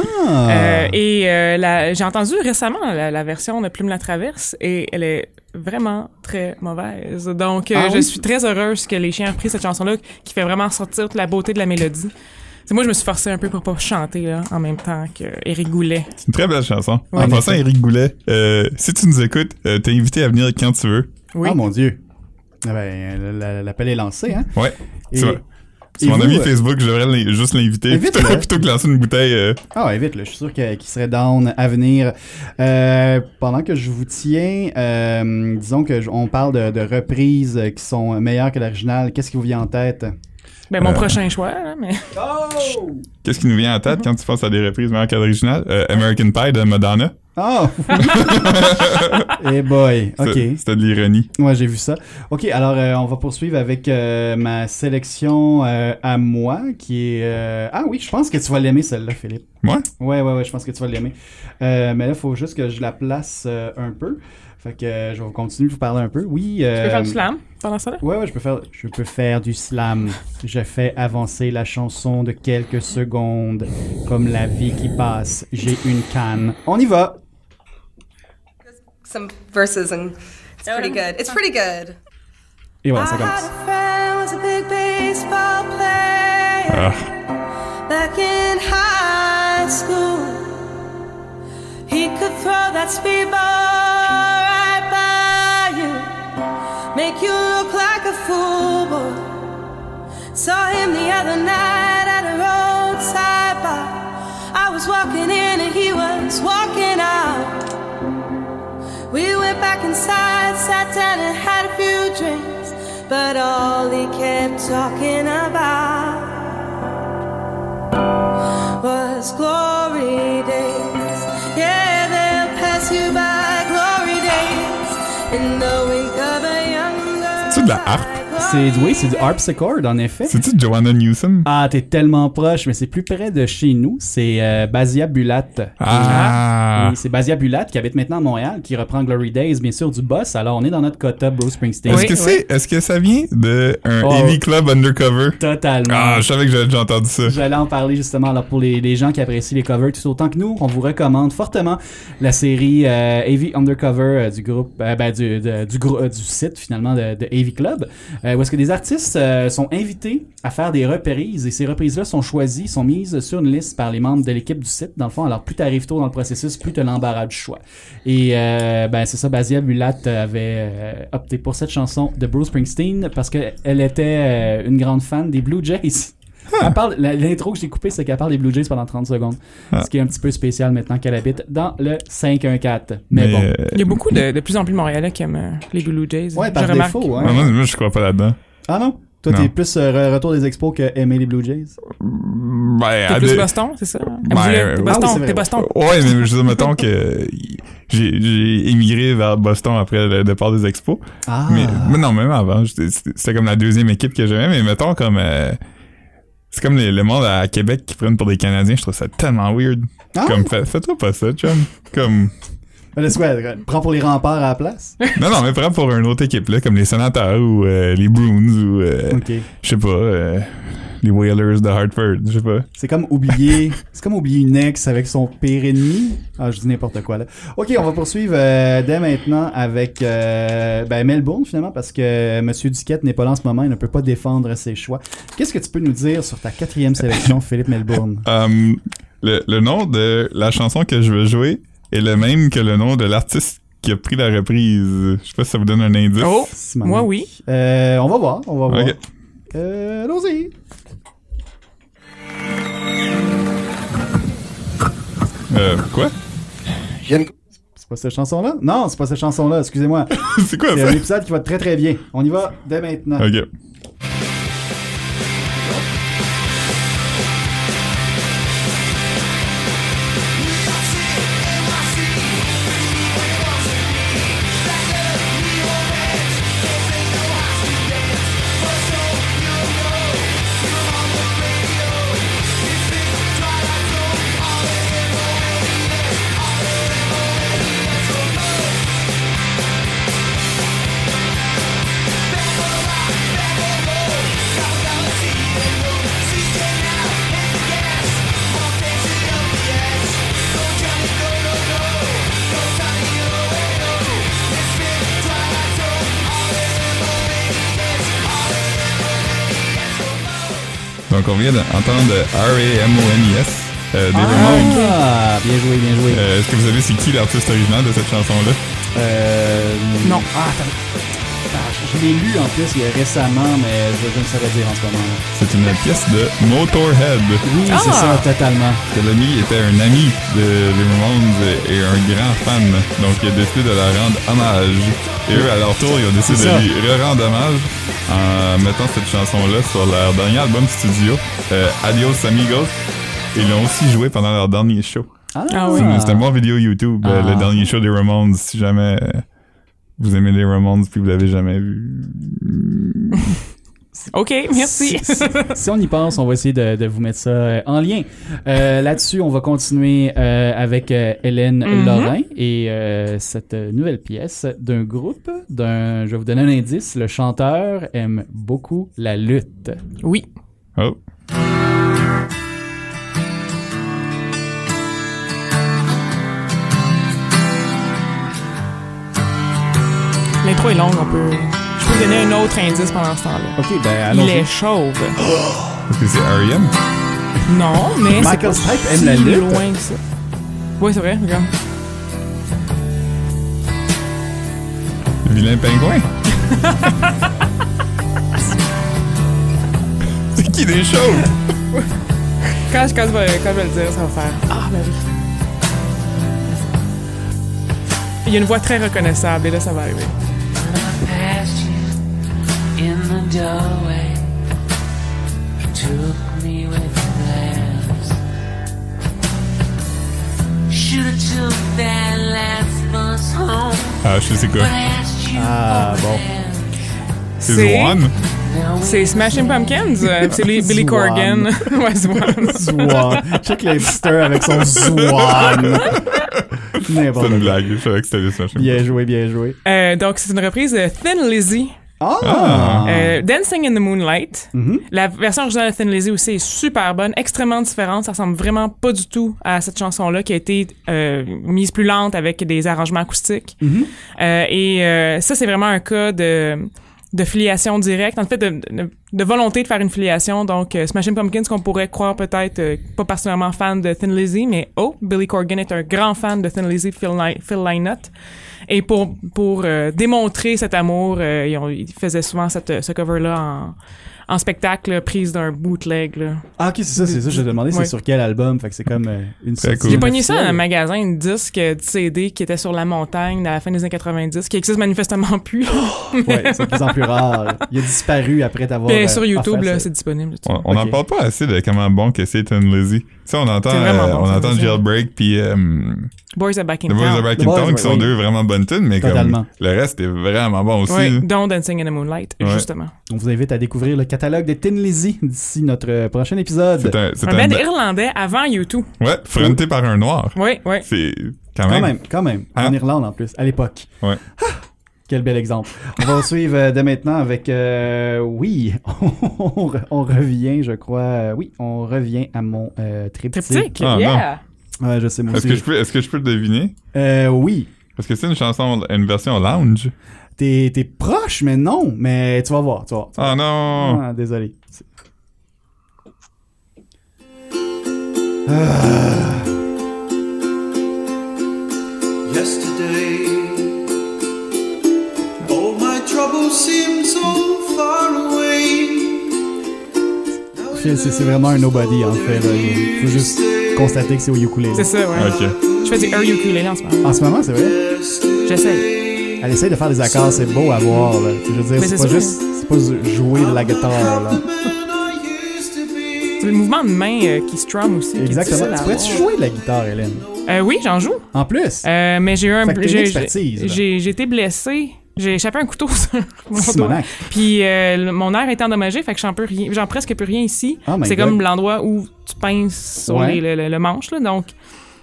Speaker 3: Euh, et euh, la- j'ai entendu récemment la, la version de Plume la Traverse et elle est vraiment très mauvaise. Donc, euh,
Speaker 2: Ah
Speaker 3: je
Speaker 2: oui?
Speaker 3: suis très heureuse que Les Chiens aient repris cette chanson-là qui fait vraiment sortir toute la beauté de la mélodie. C'est moi, je me suis forcée un peu pour pas chanter là, en même temps que Eric Goulet.
Speaker 1: C'est une très belle chanson.
Speaker 3: Ouais.
Speaker 1: en passant, Eric Goulet, euh, si tu nous écoutes, euh, t'es invité à venir quand tu veux.
Speaker 3: Oui.
Speaker 2: Ah mon Dieu. Ah ben, la- l'appel est lancé, hein?
Speaker 1: Ouais.
Speaker 2: Et-
Speaker 1: C'est mon- c'est
Speaker 2: et
Speaker 1: mon
Speaker 2: vous,
Speaker 1: ami
Speaker 2: euh,
Speaker 1: Facebook, je devrais l'in- juste l'inviter
Speaker 2: Invite-le.
Speaker 1: plutôt, plutôt que lancer une bouteille. euh,
Speaker 2: Ah ouais, vite, là, je suis sûr que- qu'il serait down à venir. Euh, pendant que je vous tiens, euh, disons que je- on parle de, de reprises qui sont meilleures que l'original. Qu'est-ce qui vous vient en tête?
Speaker 3: Ben, mon
Speaker 1: Euh.
Speaker 3: prochain choix, là, mais
Speaker 1: Qu'est-ce qui nous vient en tête
Speaker 2: Mhm.
Speaker 1: quand tu penses à des reprises meilleures qu'à l'original? Euh, American Pie de Madonna.
Speaker 2: Oh! Eh boy,
Speaker 1: C'est-
Speaker 2: ok.
Speaker 1: C'était de l'ironie.
Speaker 2: Ouais, j'ai vu ça. Ok, alors euh, on va poursuivre avec euh, ma sélection euh, à moi, qui est... euh, Ah oui, je pense que tu vas l'aimer celle-là, Philippe.
Speaker 1: Moi?
Speaker 2: Ouais, ouais, ouais, je pense que tu vas l'aimer. Euh, mais là, il faut juste que je la place euh, un peu. Fait que euh, je vais continuer de vous parler un peu. Oui. euh,
Speaker 3: je peux faire du slam pendant ça là.
Speaker 2: Ouais, ouais, je peux faire, je peux faire du slam. Je fais avancer la chanson de quelques secondes, comme la vie qui passe. J'ai une canne. On y va.
Speaker 10: some verses and it's pretty good. It's pretty good.
Speaker 2: Et voilà, ça commence.
Speaker 10: friend was a big baseball player
Speaker 1: Ah,
Speaker 10: back in high school. He could throw that speedball right by you, make you look like a fool. Boy. Saw him the other night at a roadside bar. I was walking in and he was walking out. We went back inside, sat down and had a few drinks, but all he kept talking about was glory days. Yeah, they'll pass you by, glory days, in the wink of a young girl.
Speaker 1: C'est-tu de la harpe?
Speaker 2: C'est oui, c'est du harpsichord en effet.
Speaker 1: C'est-tu Joanna Newsom?
Speaker 2: Ah, t'es tellement proche, mais c'est plus près de chez nous. C'est euh, Basia Bulat.
Speaker 1: Ah.
Speaker 2: Oui, c'est Basia Bulat qui habite maintenant à Montréal, qui reprend Glory Days, bien sûr, du boss. Alors, on est dans notre quota, Bruce Springsteen.
Speaker 1: Est-ce
Speaker 3: Oui,
Speaker 1: que
Speaker 3: oui.
Speaker 1: c'est, est-ce que ça vient de un
Speaker 2: Oh.
Speaker 1: heavy club undercover?
Speaker 2: Totalement.
Speaker 1: Ah, je savais que j'avais déjà entendu ça.
Speaker 2: J'allais en parler justement. Alors pour les, les gens qui apprécient les covers tout autant que nous, on vous recommande fortement la série euh, Heavy Undercover euh, du groupe, euh, ben, du, de- du, grou- euh, du site finalement de, de Heavy Club, euh, où est-ce que des artistes euh, sont invités à faire des reprises et ces reprises-là sont choisies, sont mises sur une liste par les membres de l'équipe du site. Dans le fond, alors plus t'arrives tôt dans le processus, plus t'as l'embarras du choix. Et euh, ben c'est ça, Basia Bulat avait euh, opté pour cette chanson de Bruce Springsteen parce qu'elle était euh, une grande fan des Blue Jays.
Speaker 1: Ah.
Speaker 2: Elle parle- la- L'intro que j'ai coupé, c'est qu'elle parle des Blue Jays pendant 30 secondes.
Speaker 1: Ah.
Speaker 2: Ce qui est un petit peu spécial maintenant qu'elle habite dans le 514. Mais, bon.
Speaker 1: euh,
Speaker 3: Il y a beaucoup de, de plus en plus de Montréalais qui aiment euh, les Blue Jays.
Speaker 2: Ouais, par
Speaker 3: Je remarque.
Speaker 2: défaut, hein.
Speaker 1: moi, moi, moi, je crois pas là-dedans.
Speaker 2: Ah non? Toi,
Speaker 1: Non.
Speaker 2: t'es plus euh, re- retour des expos que aimer les Blue Jays?
Speaker 1: Ben,
Speaker 3: T'es
Speaker 1: à
Speaker 3: plus
Speaker 1: des-
Speaker 3: Boston, c'est ça?
Speaker 1: Ben,
Speaker 3: Absolument.
Speaker 1: euh,
Speaker 3: T'es
Speaker 1: oui,
Speaker 2: Ah c'est
Speaker 3: Boston,
Speaker 2: vrai.
Speaker 3: t'es Boston.
Speaker 1: Ouais, mais je veux dire, mettons que j'ai, j'ai émigré vers Boston après le départ des expos.
Speaker 2: Ah!
Speaker 1: Mais, mais non, même avant, j'étais- c'était c'était comme la deuxième équipe que j'aimais, mais mettons comme. euh, c'est comme les- le monde à Québec qui prennent pour des Canadiens, je trouve ça tellement weird.
Speaker 2: Ah.
Speaker 1: Comme, fais- fais-toi pas ça, chum. Comme.
Speaker 2: Mais laisse quoi, euh, prends pour les remparts à la place?
Speaker 1: Non, non, mais prends pour une autre équipe, là, comme les Senators ou euh, les Bruins ou. euh,
Speaker 2: ok.
Speaker 1: Je sais pas, euh, les Whalers de Hartford, je sais pas.
Speaker 2: C'est comme oublier. c'est comme oublier une ex avec son pire ennemi. Ah, je dis n'importe quoi là. Ok, on va poursuivre euh, dès maintenant avec euh, ben Melbourne finalement parce que euh, Monsieur Duquette n'est pas là en ce moment, il ne peut pas défendre ses choix. Qu'est-ce que tu peux nous dire sur ta quatrième sélection, Philippe Melbourne
Speaker 1: Um, le, le nom de la chanson que je veux jouer est le même que le nom de l'artiste qui a pris la reprise. Je sais pas si ça vous donne un indice.
Speaker 3: Oh,
Speaker 2: Simon.
Speaker 3: moi oui.
Speaker 2: Euh, on va voir, on va voir.
Speaker 1: Ok.
Speaker 2: Euh, allons-y.
Speaker 1: Euh, quoi?
Speaker 2: C'est pas cette chanson là Non, c'est pas cette chanson là. Excusez-moi.
Speaker 1: C'est quoi
Speaker 2: C'est
Speaker 1: ça?
Speaker 2: un épisode qui va très très bien. On y va dès maintenant.
Speaker 1: Ok.
Speaker 7: Thank
Speaker 1: Donc on vient d'entendre R-A-M-O-N-I-S euh, des Ramones.
Speaker 2: Ah, bien joué, bien joué.
Speaker 1: Euh, Est-ce que vous savez c'est qui l'artiste original de cette chanson-là?
Speaker 2: Euh, non. Ah, attends. Ah, je- je l'ai lu en plus il y a récemment, mais je, je ne saurais dire en ce moment. là.
Speaker 1: C'est une pièce de Motorhead.
Speaker 2: Oui,
Speaker 3: Ah!
Speaker 2: c'est ça, totalement.
Speaker 1: Que l'ami était un ami de Les Ramones et un grand fan. Donc il a décidé de leur rendre hommage. Et eux, à leur tour, ils ont décidé
Speaker 2: C'est ça.
Speaker 1: de lui rendre hommage en mettant cette chanson-là sur leur dernier album studio, euh, Adios Amigos. Ils l'ont aussi joué pendant leur dernier show.
Speaker 3: Ah oui.
Speaker 1: C'est une- c'est un bon vidéo YouTube, euh,
Speaker 2: Ah.
Speaker 1: le dernier show des Ramones, si jamais euh, vous aimez les Ramones puis vous l'avez jamais vu.
Speaker 3: OK, merci.
Speaker 2: Si, si- si on y pense, on va essayer de, de vous mettre ça euh, en lien. Euh, Là-dessus, on va continuer euh, avec euh, Hélène
Speaker 3: Mhm.
Speaker 2: Lorrain et euh, cette euh, nouvelle pièce d'un groupe. D'un, je vais vous donner un indice. Le chanteur aime beaucoup la lutte.
Speaker 3: Oui.
Speaker 1: Oh.
Speaker 3: L'intro est longue, on peut... Je peux donner un autre indice pendant ce temps-là.
Speaker 2: Ok, ben
Speaker 3: Il
Speaker 2: allons-y.
Speaker 3: est chauve.
Speaker 1: Est-ce que c'est E R.E.M.?
Speaker 3: Non, mais c'est
Speaker 2: Michael
Speaker 3: pas
Speaker 2: Stipe
Speaker 3: si
Speaker 2: aime la lutte.
Speaker 3: loin que ça. Oui, c'est vrai, regarde.
Speaker 1: Le vilain pingouin? c'est qui des chauves?
Speaker 3: Quand, je- quand, je vais, quand je vais le dire, ça va faire... Ah, ben oui. Il y a une voix très reconnaissable, et là, ça va arriver.
Speaker 9: past you in the doorway. Took me with glass. Should've took that last bus home,
Speaker 1: Ah, je sais c'est quoi.
Speaker 9: but asked you
Speaker 2: Ah, bon.
Speaker 1: C'est Zwan?
Speaker 3: C'est Smashing Pumpkins, euh, c'est les- Billy Corgan. ouais, Zwan.
Speaker 2: Zouan. Check les hipsters avec son Zouan.
Speaker 1: C'est une
Speaker 2: N'importe quoi.
Speaker 1: blague, je savais que c'était des Smashing
Speaker 2: Bien joué, bien joué.
Speaker 3: Euh, donc, c'est une reprise de Thin Lizzy,
Speaker 2: Ah!
Speaker 1: Ah.
Speaker 3: euh, Dancing in the Moonlight. La version originale de Thin Lizzy aussi est super bonne, extrêmement différente. Ça ressemble vraiment pas du tout à cette chanson-là qui a été euh, mise plus lente avec des arrangements acoustiques. Euh, et euh, ça, c'est vraiment un cas de de filiation directe, en fait de, de- de volonté de faire une filiation. Donc, euh, Smashing Pumpkins, qu'on pourrait croire peut-être euh, pas particulièrement fan de Thin Lizzy, mais oh, Billy Corgan est un grand fan de Thin Lizzy, Phil, Lyn- Phil Lynott. Et pour pour euh, démontrer cet amour, euh, ils, ont- ils faisaient souvent cette ce cover-là en, en spectacle, prise d'un bootleg. Là.
Speaker 2: Ah, ok, c'est ça, c'est ça. Je te demandais, c'est
Speaker 3: Ouais.
Speaker 2: sur quel album? Fait que c'est comme euh, une
Speaker 1: Très
Speaker 2: sortie
Speaker 1: cool.
Speaker 2: officielle.
Speaker 1: J'ai
Speaker 3: Pogné ça hein, dans un magasin de disques euh, de CD qui était sur la montagne à la fin des années 90, qui existe manifestement plus.
Speaker 2: Ouais, c'est de plus en plus rare. Il a disparu après d'avoir.
Speaker 3: Puis,
Speaker 1: ben,
Speaker 2: euh,
Speaker 3: sur YouTube,
Speaker 2: offert
Speaker 3: là,
Speaker 2: ça.
Speaker 3: c'est disponible.
Speaker 1: On on en
Speaker 2: Ok.
Speaker 1: parle pas assez de comment bon que c'est Tin Lizzy. Tu sais, on entend,
Speaker 3: C'est vraiment
Speaker 1: euh,
Speaker 3: bon,
Speaker 1: on
Speaker 3: Tin
Speaker 1: entend
Speaker 3: Lizzy.
Speaker 1: Jailbreak puis euh,
Speaker 3: Boys Are Back in
Speaker 1: The Boys
Speaker 3: Town.
Speaker 1: Are Back
Speaker 2: The
Speaker 1: in
Speaker 2: Boys
Speaker 1: Town
Speaker 2: Are-
Speaker 1: qui sont
Speaker 2: oui.
Speaker 1: deux vraiment bonnes tunes, mais
Speaker 2: Totalement.
Speaker 1: comme le reste est vraiment bon aussi.
Speaker 3: Oui,
Speaker 1: là.
Speaker 3: dont Dancing in the Moonlight,
Speaker 1: Ouais.
Speaker 3: justement.
Speaker 2: On vous invite à découvrir le catalogue des Tin Lizzy d'ici notre euh, prochain épisode.
Speaker 1: C'est un, c'est
Speaker 3: Un
Speaker 1: un
Speaker 3: band
Speaker 1: ba-
Speaker 3: irlandais avant U2.
Speaker 1: Ouais, fronté par un noir.
Speaker 3: Oui, oui.
Speaker 1: C'est quand
Speaker 2: Quand
Speaker 1: même.
Speaker 2: même, quand même. En
Speaker 1: Hein?
Speaker 2: Irlande, en plus, à l'époque.
Speaker 1: Ouais.
Speaker 2: Ah, Quel bel exemple. On va suivre euh, dès maintenant avec... euh, oui, on, re- on revient, je crois. euh, Oui, on revient à mon euh, triptyque.
Speaker 3: Triptyque,
Speaker 1: Ah,
Speaker 3: yeah!
Speaker 2: Ouais, je sais, moi
Speaker 1: Est-ce
Speaker 2: aussi.
Speaker 1: que je peux, est-ce que je peux le deviner?
Speaker 2: Euh, oui,
Speaker 1: Parce que c'est une chanson, une version lounge.
Speaker 2: t'es t'es proche, mais non. Mais tu vas voir, tu vas voir. tu vas
Speaker 1: Ah non!
Speaker 2: Ah, désolé. C'est-
Speaker 5: Yesterday, all my troubles seem so far away.
Speaker 2: C'est c'est vraiment un nobody, en fait. Là. Il faut juste constater que c'est au ukulélé.
Speaker 3: C'est ça, ouais.
Speaker 1: Ok. Ah.
Speaker 3: Je fais du Are ukulélé en ce moment.
Speaker 2: En ce moment, c'est vrai.
Speaker 3: J'essaie.
Speaker 2: Elle essaie de faire des accords, c'est beau à voir. Là. Je veux dire,
Speaker 3: Mais
Speaker 2: c'est pas
Speaker 3: c'est sûr.
Speaker 2: juste c'est pas juste jouer de la guitare. Là.
Speaker 3: C'est le mouvement de main euh, qui strum aussi. qui est
Speaker 2: Exactement. Tu
Speaker 3: difficile à
Speaker 2: pourrais-tu jouer de la guitare, Hélène?
Speaker 3: avoir. Euh, oui, j'en joue.
Speaker 2: En plus,
Speaker 3: Euh, mais j'ai eu un.
Speaker 2: Fait que t'as une
Speaker 3: j'ai-
Speaker 2: expertise, là.
Speaker 3: J'ai j'ai été blessé. J'ai échappé un couteau sur mon dos.
Speaker 2: Simonac.
Speaker 3: Puis euh, le- mon air est endommagé, fait que j'en peux rien, j'en presque plus rien ici.
Speaker 2: Oh my
Speaker 3: c'est
Speaker 2: God.
Speaker 3: comme l'endroit où tu pinces sur
Speaker 2: Ouais.
Speaker 3: les- le, le- le manche, là. Donc,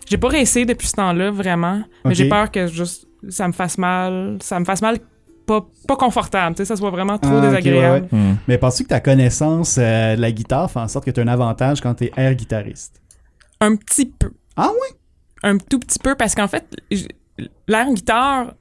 Speaker 3: j'ai pas réessayé depuis ce temps-là, vraiment. Mais
Speaker 2: Ok.
Speaker 3: j'ai peur que juste ça me fasse mal. Ça me fasse mal pas, pas confortable, tu sais, ça soit vraiment trop
Speaker 2: Ah, ok,
Speaker 3: désagréable.
Speaker 2: ouais, ouais. Mais penses-tu que ta connaissance euh, de la guitare fait en sorte que tu as un avantage quand tu es air guitariste?
Speaker 3: Un petit peu.
Speaker 2: Ah oui?
Speaker 3: Un tout petit peu, parce qu'en fait, j- l'air guitare,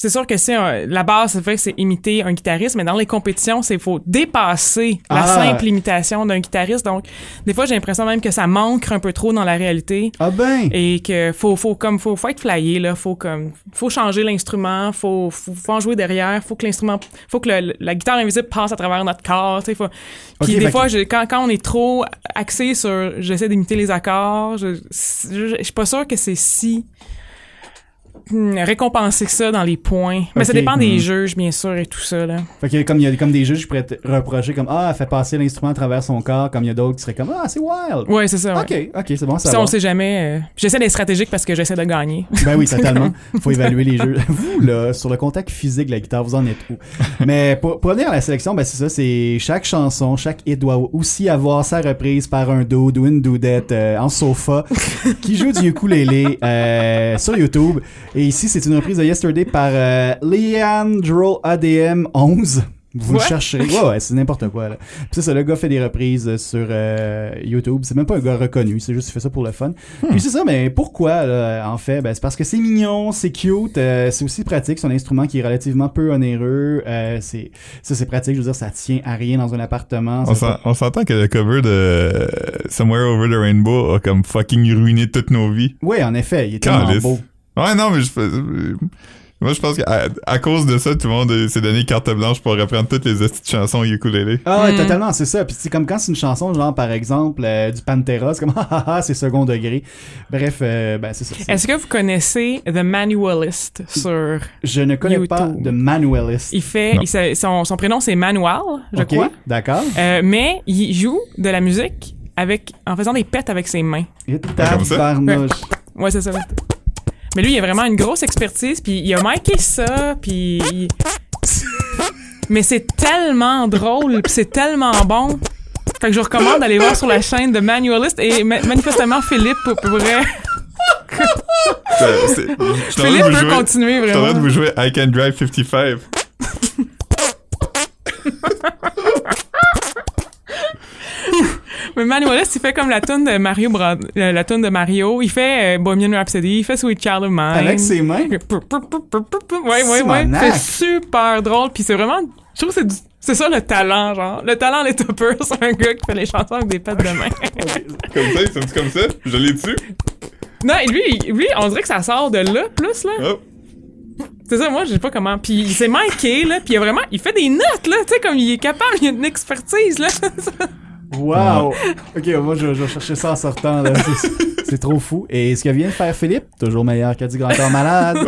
Speaker 3: c'est sûr que c'est un- la base, c'est vrai que c'est imiter un guitariste, mais dans les compétitions, c'est faut dépasser la
Speaker 2: Ah.
Speaker 3: simple imitation d'un guitariste. Donc, des fois, j'ai l'impression même que ça manque un peu trop dans la réalité
Speaker 2: Ah ben!
Speaker 3: et que faut faut comme faut faut être flyé là, faut comme faut changer l'instrument, faut, faut faut en jouer derrière, faut que l'instrument faut que le- la guitare invisible passe à travers notre corps, tu sais faut puis
Speaker 2: Ok,
Speaker 3: des
Speaker 2: fait
Speaker 3: fois
Speaker 2: que-
Speaker 3: je- quand, quand on est trop axé sur j'essaie d'imiter les accords, je je, je suis pas sûr que c'est si hmm, récompensé que ça dans les points. Mais ça
Speaker 2: Ok.
Speaker 3: dépend des
Speaker 2: Mhm.
Speaker 3: juges bien sûr et tout ça là.
Speaker 2: Fait que comme il y a comme des juges qui pourraient te reprocher comme Ah, elle fait passer l'instrument à travers son corps, comme il y a d'autres qui seraient comme Ah, c'est wild!
Speaker 3: Ouais, c'est ça. ouais.
Speaker 2: Ok, ok, c'est bon,
Speaker 3: Puis
Speaker 2: ça
Speaker 3: ça,
Speaker 2: va.
Speaker 3: on sait jamais. euh, J'essaie d'être stratégique parce que j'essaie de gagner.
Speaker 2: Ben oui, totalement. Faut évaluer les jeux. Vous, là, sur le contact physique de la guitare, vous en êtes où? Mais pour, pour venir à la sélection, ben c'est ça, c'est chaque chanson, chaque hit doit aussi avoir sa reprise par un dude ou une doudette euh, en sofa qui joue du ukulélé euh, sur YouTube. Et ici, c'est une reprise de Yesterday par euh, Leandro ADM 11. Vous le
Speaker 3: What?
Speaker 2: chercherez. Ouais, ouais, c'est n'importe quoi. Là. Puis c'est ça, le gars fait des reprises sur euh, YouTube. C'est même pas un gars reconnu, c'est juste qu'il fait ça pour le fun. Puis c'est ça, mais pourquoi, là, en fait? Ben, c'est parce que c'est mignon, c'est cute, euh, c'est aussi pratique. C'est un instrument qui est relativement peu onéreux. Euh, c'est, ça, c'est pratique. Je veux dire, ça tient à rien dans un appartement.
Speaker 1: On
Speaker 2: Ça-
Speaker 1: s'en- on s'entend que le cover de euh, Somewhere Over the Rainbow a comme fucking ruiné toutes nos vies.
Speaker 2: Oui, en effet, il est tellement
Speaker 1: Calice.
Speaker 2: beau.
Speaker 1: Ouais, non, mais je fais- euh, Moi, je pense qu'à à cause de ça, tout le monde euh, s'est donné carte blanche pour reprendre toutes les hosties de chansons au ukulélé.
Speaker 2: Ah, ouais,
Speaker 3: Mm.
Speaker 2: totalement, c'est ça. Puis c'est comme quand c'est une chanson, genre, par exemple, euh, du Pantera, c'est comme, ah, ah, ah, c'est second degré. Bref, euh, ben, c'est ça. c'est-
Speaker 3: Est-ce que vous connaissez The Manualist sur
Speaker 2: Je ne connais
Speaker 3: YouTube.
Speaker 2: pas de manualiste.
Speaker 3: Il fait,
Speaker 1: Non.
Speaker 3: il s'a- son, son prénom c'est Manuel, je
Speaker 2: Ok,
Speaker 3: crois.
Speaker 2: D'accord.
Speaker 3: Euh, mais il joue de la musique avec, en faisant des pets avec ses mains.
Speaker 2: Et
Speaker 1: comme ça?
Speaker 2: tabarnouche.
Speaker 3: Ouais, c'est ça. ouais. Mais lui, il a vraiment une grosse expertise, puis il a marqué ça, puis. il- Mais c'est tellement drôle, puis c'est tellement bon. Fait que je vous recommande d'aller voir sur la chaîne de Manualist et ma- manifestement Philippe pourrait.
Speaker 1: Euh, c'est- je suis en train de
Speaker 3: Philippe
Speaker 1: vous
Speaker 3: veut
Speaker 1: jouer-
Speaker 3: continuer
Speaker 1: Je suis en train de
Speaker 3: vraiment.
Speaker 1: vous jouer I Can Drive 55.
Speaker 3: Mais Manuelist, il fait comme la tune de Mario Bros- euh, la tune de Mario, il fait euh, Bohemian Rhapsody, il fait Sweet Child of Mine.
Speaker 2: Avec ses mains.
Speaker 3: Ouais, ouais, ouais.
Speaker 2: Simonac.
Speaker 3: C'est super drôle. Puis c'est vraiment. Je trouve que c'est du- C'est ça le talent, genre. Le talent, les toppers, c'est un gars qui fait les chansons avec des pattes de main.
Speaker 1: Comme ça, ils sont comme ça. Je l'ai dessus.
Speaker 3: non, et lui, il- lui, on dirait que ça sort de là, plus, là.
Speaker 1: Hop.
Speaker 3: C'est ça, moi, je sais pas comment. Puis il s'est manqué, là. Puis il a vraiment. Il fait des notes, là. Tu sais, comme il est capable, il a une expertise, là.
Speaker 2: Wow! ok, moi je, je vais chercher ça en sortant. là. C'est- C'est trop fou. Et ce que vient de faire Philippe, toujours meilleur que du grand corps malade.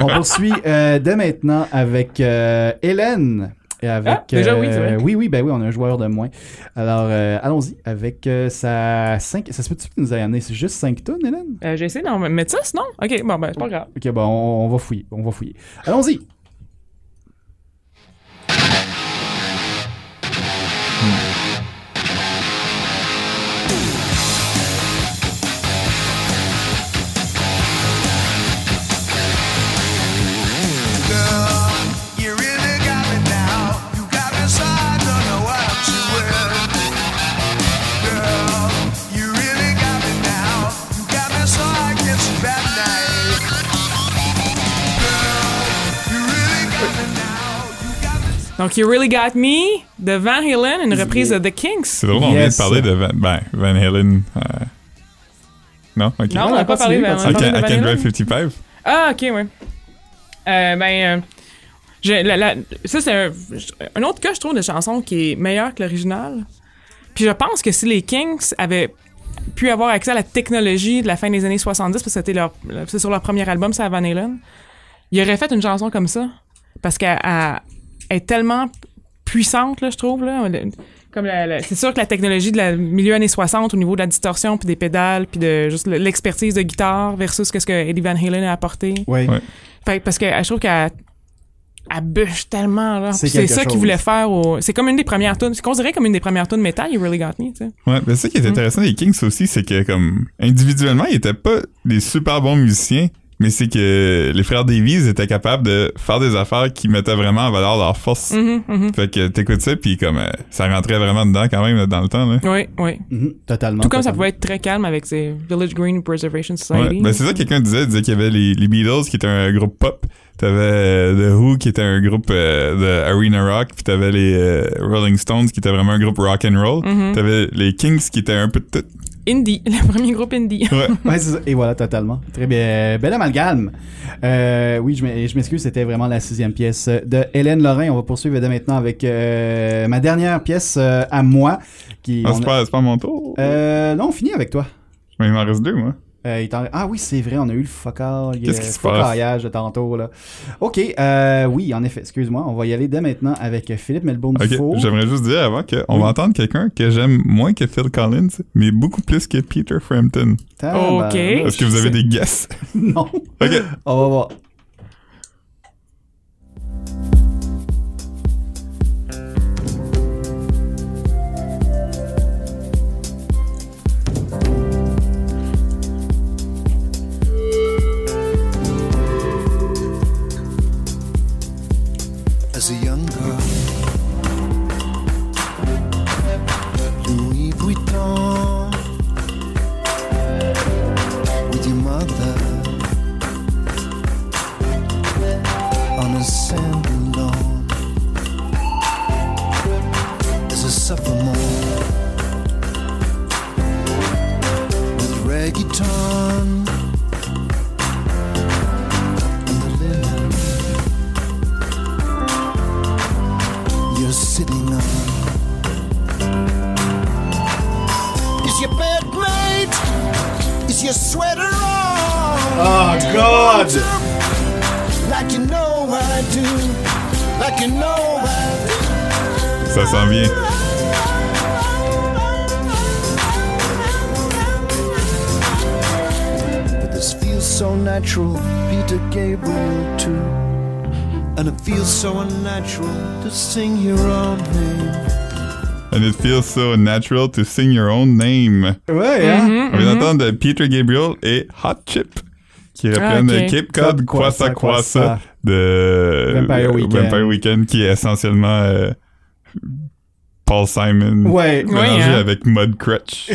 Speaker 2: On poursuit euh, dès maintenant avec euh, Hélène. Et avec,
Speaker 3: Ah, déjà, oui,
Speaker 2: euh,
Speaker 3: c'est vrai.
Speaker 2: oui, oui, ben oui, on a un joueur de moins. Alors, euh, allons-y avec euh, sa 5. Ça se peut-tu que tu nous aies amené? C'est juste 5 tonnes, Hélène?
Speaker 3: Euh, J'ai essayé d'en mettre ça, sinon. Ok, bon, ben, c'est pas grave.
Speaker 2: Ok, bon, on, on va fouiller. On va fouiller. Allons-y!
Speaker 5: You really got me now. You got me so I don't know what to wear. Girl, you really got me now. You got me so I get some bad night. Girl, you really got me now. You got me.
Speaker 3: Donc, You Really Got Me de Van Halen, une reprise de The Kings.
Speaker 1: C'est drôle, on
Speaker 2: Yes.
Speaker 1: vient de parler de Van, ben, Van Halen. euh, Non? Ok.
Speaker 3: Non, on
Speaker 2: Ouais,
Speaker 3: n'a pas parlé
Speaker 2: continue,
Speaker 3: de on a
Speaker 1: I
Speaker 3: parlé
Speaker 1: Can,
Speaker 3: de
Speaker 1: I
Speaker 3: Van
Speaker 1: Can
Speaker 3: Halen.
Speaker 1: Drive 55.
Speaker 3: Ah, ok, ouais. Euh, ben, euh, je- la- la- ça, c'est un, un autre cas, je trouve, de chanson qui est meilleur que l'original. Puis je pense que si les Kings avaient pu avoir accès à la technologie de la fin des années 70, parce que c'était leur, c'est sur leur premier album, c'est à Van Halen, ils auraient fait une chanson comme ça. Parce qu'elle elle- elle est tellement puissante, là, je trouve. Là. Le- Comme la- la- c'est sûr que la technologie de la milieu années 60 au niveau de la distorsion, puis des pédales, puis de juste le- l'expertise de guitare versus qu'est-ce que Eddie Van Halen a apporté.
Speaker 2: Oui.
Speaker 1: Ouais.
Speaker 3: Fait que- parce que je trouve qu'elle elle bûche tellement là.
Speaker 2: C'est
Speaker 3: Puis C'est
Speaker 2: quelque
Speaker 3: ça
Speaker 2: chose.
Speaker 3: qu'ils voulaient faire au- c'est comme une des premières tunes, c'est qu'on dirait comme une des premières tunes métal, You Really Got Me, tu sais.
Speaker 1: Ouais, mais ce qui est intéressant des Kings aussi, c'est que comme individuellement, ils étaient pas des super bons musiciens, mais c'est que les frères Davies étaient capables de faire des affaires qui mettaient vraiment en valeur leur force. Fait que t'écoutes ça, puis comme euh, ça rentrait vraiment dedans quand même là, dans le temps. Là.
Speaker 3: Oui, oui.
Speaker 2: Mhm, totalement.
Speaker 3: Tout comme ça
Speaker 2: totalement.
Speaker 3: pouvait être très calme avec ces Village Green Preservation Society.
Speaker 1: ben, Ouais. Ben, c'est ça que quelqu'un disait, il disait qu'il y avait les, les Beatles qui étaient un groupe pop, T'avais euh, The Who qui était un groupe euh, de arena rock, puis t'avais les euh, Rolling Stones qui était vraiment un groupe rock and roll.
Speaker 3: Mhm.
Speaker 1: T'avais les Kings qui étaient un peu de tout.
Speaker 3: Indie, le premier groupe indie.
Speaker 1: Ouais.
Speaker 2: Ouais, c'est ça. Et voilà, totalement. Très bien. Bel amalgame. Euh, oui, je m'e- je m'excuse, c'était vraiment la sixième pièce de Hélène Lorrain. On va poursuivre dès maintenant avec euh, ma dernière pièce euh, à moi. Qui,
Speaker 1: Ah,
Speaker 2: on
Speaker 1: c'est
Speaker 2: a-
Speaker 1: pas, c'est pas mon tour.
Speaker 2: Euh, non, on finit avec toi.
Speaker 1: Mais il m'en reste deux, moi.
Speaker 2: Euh, il t'en- Ah oui, c'est vrai, on a eu le euh, focal,
Speaker 1: Qu'est-ce qui se passe?
Speaker 2: focaillage de tantôt. Là. OK, euh, oui, en effet, excuse-moi, on va y aller dès maintenant avec Philippe Melbourne
Speaker 1: Ok,
Speaker 2: Faux.
Speaker 1: j'aimerais juste dire avant qu'on
Speaker 2: Oui.
Speaker 1: va entendre quelqu'un que j'aime moins que Phil Collins, mais beaucoup plus que Peter Frampton.
Speaker 2: Tabarnouche.
Speaker 3: Ok.
Speaker 1: Est-ce que vous avez des guesses?
Speaker 2: Non.
Speaker 1: Ok.
Speaker 2: On va voir.
Speaker 5: as a young girl. Louis Vuitton with your mother on a sand lawn as a sophomore with reggaeton and the linen. you're sitting on. Is your bed made? Is your sweater on? Oh God! Like you know I do. Like you know I do.
Speaker 1: Ça s'en vient.
Speaker 5: But this feels so natural, Peter Gabriel too. And it feels so unnatural to sing your own name.
Speaker 1: And it feels so natural to sing your own name.
Speaker 2: Ouais, hein?
Speaker 1: On vient d'entendre Peter Gabriel et Hot Chip qui reprennent
Speaker 3: Ah, ok.
Speaker 1: Cape Cod Kwasa Kwasa de
Speaker 2: Vampire Weekend.
Speaker 1: Vampire Weekend, qui est essentiellement euh, Paul
Speaker 3: Mm-hmm.
Speaker 1: Simon
Speaker 2: Ouais.
Speaker 3: Ouais.
Speaker 1: mélangé
Speaker 3: hein.
Speaker 1: avec Mud Crutch.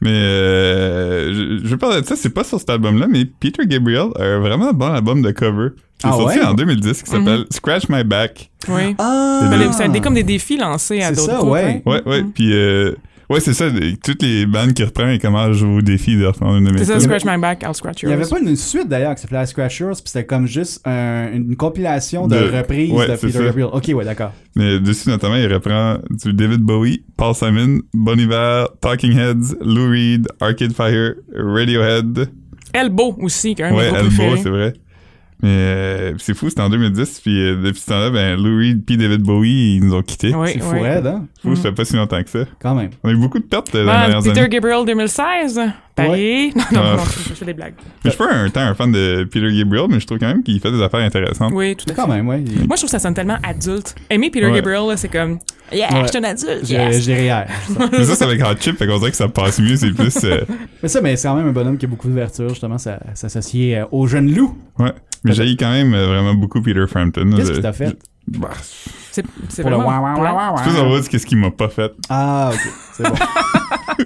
Speaker 1: mais euh, je, je parle de ça, c'est pas sur cet album-là, mais Peter Gabriel a un vraiment bon album de cover qui est
Speaker 2: Ah
Speaker 1: sorti
Speaker 2: ouais?
Speaker 1: en 2010 qui s'appelle
Speaker 3: Mhm.
Speaker 1: Scratch My Back.
Speaker 3: Oui.
Speaker 2: Ah!
Speaker 1: Mais
Speaker 3: Ça a été comme des défis lancés à
Speaker 2: C'est
Speaker 3: d'autres
Speaker 2: ça,
Speaker 3: groupes,
Speaker 2: ouais.
Speaker 3: hein.
Speaker 1: Ouais, ouais, puis euh, ouais, c'est ça, les- toutes les bandes qui reprennent et comment je vous défie de reprendre une de mes
Speaker 3: C'est ça,
Speaker 1: tunes.
Speaker 3: Scratch My Back, I'll Scratch
Speaker 2: Il n'y
Speaker 3: Yours.
Speaker 2: avait pas une suite d'ailleurs qui s'appelait Scratchers, puis c'était comme juste un- une compilation de,
Speaker 1: De-
Speaker 2: reprises
Speaker 1: ouais,
Speaker 2: de
Speaker 1: c'est
Speaker 2: Peter
Speaker 1: ça.
Speaker 2: Gabriel. Ok, ouais, d'accord.
Speaker 1: Mais dessus, notamment, il reprend du David Bowie, Paul Simon, Bon Iver, Talking Heads, Lou Reed, Arcade Fire, Radiohead.
Speaker 3: Elbow aussi, qui est un
Speaker 1: ouais,
Speaker 3: de mes groupes
Speaker 1: Elbow,
Speaker 3: préférés.
Speaker 1: c'est vrai. Mais euh, c'est fou, c'était en 2010, puis euh, depuis ce temps-là, ben, Lou Reed puis David Bowie, ils nous ont quittés.
Speaker 3: Oui,
Speaker 2: C'est fou,
Speaker 3: oui.
Speaker 2: raide, hein?
Speaker 1: Fou, ça fait pas si longtemps que ça.
Speaker 2: Quand même.
Speaker 1: On a eu beaucoup de pertes euh, dans
Speaker 3: Ah,
Speaker 1: les dernières
Speaker 3: Peter
Speaker 1: années.
Speaker 3: Gabriel 2016, Paris. Non, non,
Speaker 1: Ah.
Speaker 3: non, je je fais des blagues.
Speaker 1: Mais Je suis pas un temps un fan de Peter Gabriel, mais je trouve quand même qu'il fait des affaires intéressantes.
Speaker 3: Oui, tout à fait.
Speaker 2: Quand même, ouais. Il-
Speaker 3: Moi, je trouve que ça sonne tellement adulte. Aimer Peter
Speaker 1: Ouais.
Speaker 3: Gabriel, là, c'est comme, yeah,
Speaker 2: Ouais.
Speaker 3: je suis un adulte,
Speaker 2: J'ai
Speaker 3: yes.
Speaker 2: j'ai rire.
Speaker 1: Mais ça, c'est avec Hot Chip, fait qu'on dirait que ça passe mieux, c'est plus... euh,
Speaker 2: Mais ça, mais c'est quand même un bonhomme qui a beaucoup d'ouverture, justement, ça ça s'associer euh, au jeune loup.
Speaker 1: ouais. Mais j'ai quand même euh, vraiment beaucoup Peter Frampton.
Speaker 2: Qu'est-ce
Speaker 1: Euh,
Speaker 2: qu'il t'a fait?
Speaker 1: Bah,
Speaker 3: C'est c'est
Speaker 2: Pour le
Speaker 3: vraiment...
Speaker 2: wah, wah, wah, wah,
Speaker 3: Ah.
Speaker 1: c'est plus en
Speaker 2: wah.
Speaker 1: mode qu'est-ce qu'il m'a pas fait.
Speaker 2: Ah, ok, c'est bon.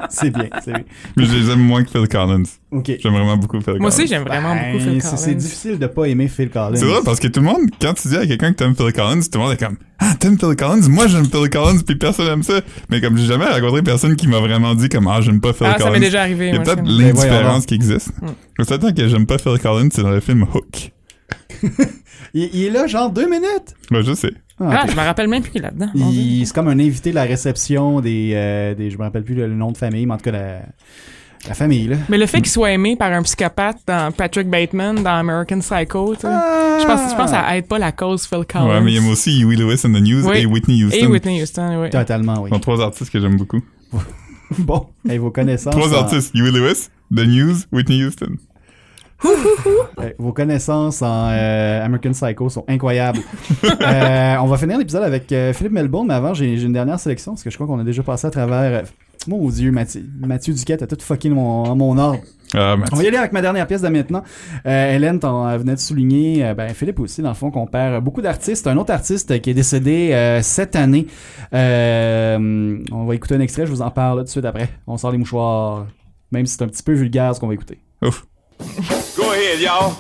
Speaker 2: c'est bien, c'est bien.
Speaker 1: Mais je les aime moins que Phil Collins.
Speaker 2: Ok.
Speaker 1: J'aime vraiment beaucoup Phil Collins.
Speaker 3: Moi aussi, j'aime vraiment
Speaker 2: Ben,
Speaker 3: beaucoup Phil
Speaker 2: c'est-
Speaker 3: Collins.
Speaker 2: C'est difficile de pas aimer Phil Collins.
Speaker 1: C'est drôle parce que tout le monde, quand tu dis à quelqu'un que t'aimes Phil Collins, tout le monde est comme Ah, t'aimes Phil Collins? Moi, j'aime Phil Collins, puis personne aime ça. Mais comme j'ai jamais rencontré personne qui m'a vraiment dit comme Ah, j'aime pas Phil
Speaker 3: Ah,
Speaker 1: Collins.
Speaker 3: ça m'est déjà arrivé.
Speaker 1: Il y a
Speaker 3: moi, Mm.
Speaker 1: peut-être
Speaker 3: justement.
Speaker 2: Mais Ben, voyons
Speaker 1: l'indifférence
Speaker 2: donc.
Speaker 1: qui existe. Le seul temps que j'aime pas Phil Collins, c'est dans le film Hook.
Speaker 2: Il, il est là, genre, deux minutes.
Speaker 1: Moi, Ben, je sais.
Speaker 2: Ah,
Speaker 3: Ah,
Speaker 2: ok.
Speaker 3: je me rappelle même plus qu'il est là-dedans. mon Dieu.
Speaker 2: Il- C'est comme un invité de la réception des, euh, des. Je me rappelle plus le nom de famille, mais en tout cas, la, la famille, là.
Speaker 3: Mais le fait qu'il soit aimé par un psychopathe dans Patrick Bateman dans American Psycho, tu sais, je pense, je pense que
Speaker 2: Ah!
Speaker 3: ça aide pas la cause Phil Collins.
Speaker 1: Ouais, mais il y a aussi Huey Lewis and the News
Speaker 3: Ah Oui.
Speaker 1: et Whitney Houston.
Speaker 3: Et Whitney Houston, oui.
Speaker 2: Totalement, oui.
Speaker 1: Ce sont trois artistes que j'aime beaucoup.
Speaker 2: Bon, et vos connaissances.
Speaker 1: Trois
Speaker 2: en-
Speaker 1: artistes. Huey Lewis, The News, Whitney Houston.
Speaker 2: euh, vos connaissances en euh, American Psycho sont incroyables. Euh, on va finir l'épisode avec euh, Philippe Melbourne, mais avant, j'ai j'ai une dernière sélection, parce que je crois qu'on a déjà passé à travers. euh, mon Dieu, Mathieu, Mathieu Duquette a tout fucké mon, mon ordre.
Speaker 1: Ah, Mathieu.
Speaker 2: On va y aller avec ma dernière pièce de maintenant. Euh, Hélène, t'en euh, venais de souligner, euh, ben, Philippe aussi, dans le fond, qu'on perd beaucoup d'artistes. Un autre artiste euh, qui est décédé euh, cette année. Euh, on va écouter un extrait, je vous en parle tout de suite après. On sort les mouchoirs, même si c'est un petit peu vulgaire ce qu'on va écouter.
Speaker 1: Ouf.
Speaker 8: Go ahead, y'all.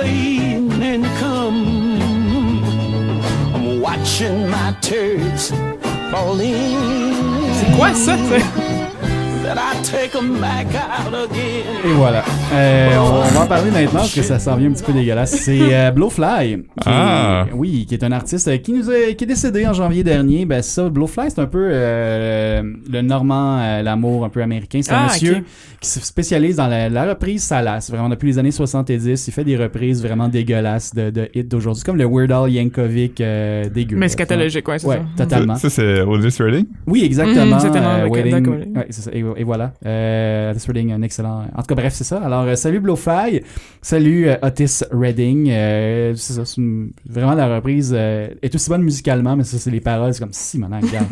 Speaker 5: rain and come. I'm watching my turds falling.
Speaker 3: C'est quoi ça? C'est-
Speaker 5: That I take 'em back out again.
Speaker 2: Et voilà. Euh, on, on va en parler maintenant parce que ça s'en vient un petit peu dégueulasse. C'est euh, Blowfly. qui est-
Speaker 1: Ah.
Speaker 2: Oui, qui est un artiste euh, qui nous a- qui est décédé en janvier dernier. Ben c'est ça, Blowfly, c'est un peu euh, le Normand, euh, l'amour un peu américain. C'est un
Speaker 3: Ah,
Speaker 2: monsieur
Speaker 3: ok.
Speaker 2: qui se spécialise dans la, la reprise salace. Vraiment, depuis les années 70, il fait des reprises vraiment dégueulasses de, de hits d'aujourd'hui, comme le Weird Al Yankovic euh, dégueu.
Speaker 3: Mais scatologique, ouais, c'est
Speaker 2: Ouais,
Speaker 3: ça.
Speaker 2: totalement.
Speaker 1: Ça, c'est Oldest Reading?
Speaker 2: Oui, exactement.
Speaker 3: Mhm, exactement,
Speaker 2: euh,
Speaker 3: avec
Speaker 2: Waiting.
Speaker 3: Doc Waiting.
Speaker 2: Ouais, c'est ça. Et, et voilà. Euh, This Reading, un excellent. En tout cas, bref, c'est ça. Alors, euh, salut Blowfly. Salut euh, Otis Redding. Euh, c'est ça. c'est une- Vraiment, la reprise euh, est aussi bonne musicalement, mais ça, c'est les paroles. C'est comme si, maintenant, regarde.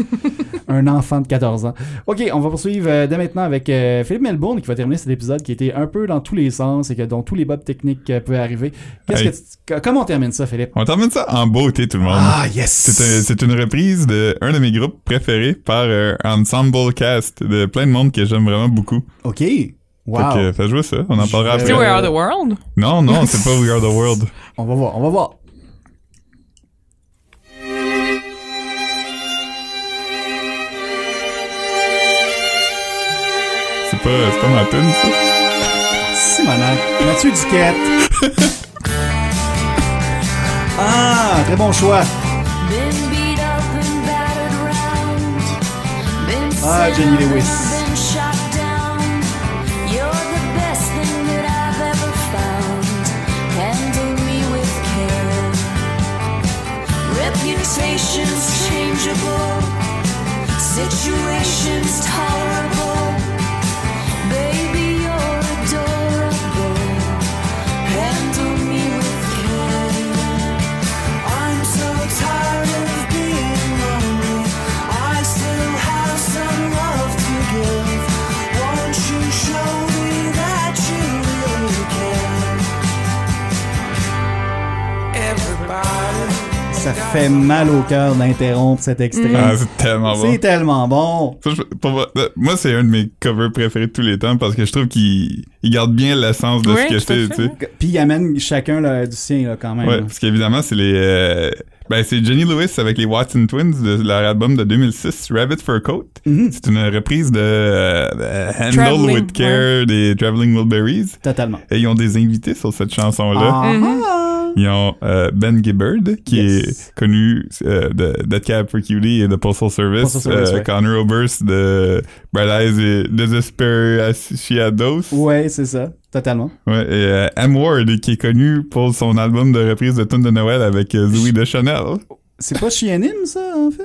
Speaker 2: un enfant de 14 ans. OK, on va poursuivre euh, dès maintenant avec euh, Philippe Melbourne qui va terminer cet épisode qui était un peu dans tous les sens et que dont tous les bobs techniques euh, peuvent arriver. Qu'est-ce
Speaker 1: Hey.
Speaker 2: que tu- que- comment on termine ça, Philippe?
Speaker 1: On termine ça en beauté, tout le monde.
Speaker 2: Ah, yes!
Speaker 1: C'est un- c'est une reprise de un de mes groupes préférés par euh, Ensemble Cast de plein de monde que j'aime vraiment beaucoup.
Speaker 2: OK. Wow.
Speaker 1: Fait que, fais jouer ça. On en
Speaker 2: Je
Speaker 1: parlera
Speaker 2: vais-
Speaker 1: après.
Speaker 3: Tu sais, We Are the World?
Speaker 1: Non, non, c'est pas We Are the World.
Speaker 2: On va voir, on va voir.
Speaker 1: C'est pas, c'est pas ma tune, ça.
Speaker 2: Mm. Simonac, Mathieu Duquette. ah, très bon choix.
Speaker 7: Been beat up and battered round. Been
Speaker 2: Ah,
Speaker 7: set
Speaker 2: Jenny
Speaker 7: up and
Speaker 2: Lewis.
Speaker 7: Been shot down. You're the best thing that I've ever found. Handle me with care. Reputations changeable. Situations tolerable. Baby, you're adorable. Handle me with care. I'm so tired of being lonely. I still have some love to give. Won't you show me that you really care?
Speaker 2: Ça fait mal au cœur d'interrompre cet extrait.
Speaker 1: Ah, c'est tellement bon.
Speaker 2: C'est tellement bon.
Speaker 1: Ça, je- pour moi- euh, moi, c'est un de mes covers préférés de tous les temps parce que je trouve qu'il il garde bien l'essence de
Speaker 3: Oui,
Speaker 1: ce que
Speaker 3: tout à
Speaker 1: c'est,
Speaker 3: fait,
Speaker 1: tu sais.
Speaker 3: oui.
Speaker 2: Puis il amène chacun là, du sien là, quand même. hein.
Speaker 1: Ouais, parce qu'évidemment, c'est les. euh, ben, c'est Jenny Lewis avec les Watson Twins de leur album de 2006, Rabbit Fur Coat.
Speaker 2: Mhm.
Speaker 1: C'est une reprise de, euh, de Handle
Speaker 3: Traveling,
Speaker 1: with Care des Traveling Wilburys.
Speaker 2: Totalement.
Speaker 1: Et ils ont des invités sur cette chanson-là.
Speaker 2: Ah,
Speaker 3: Mhm.
Speaker 1: Ils ont euh, Ben Gibbard, qui
Speaker 2: Yes.
Speaker 1: est connu euh, de Dead Cab for Cutie et de Postal Service. euh,
Speaker 2: Postal Service, ouais.
Speaker 1: Connor Oberst de Bright Eyes et Desesperados.
Speaker 2: Ouais, c'est ça. Totalement.
Speaker 1: Ouais, et euh, M. Ward, qui est connu pour son album de reprise de Tune de Noël avec euh, Zooey Deschanel.
Speaker 2: C'est pas Chienime, ça, en fait?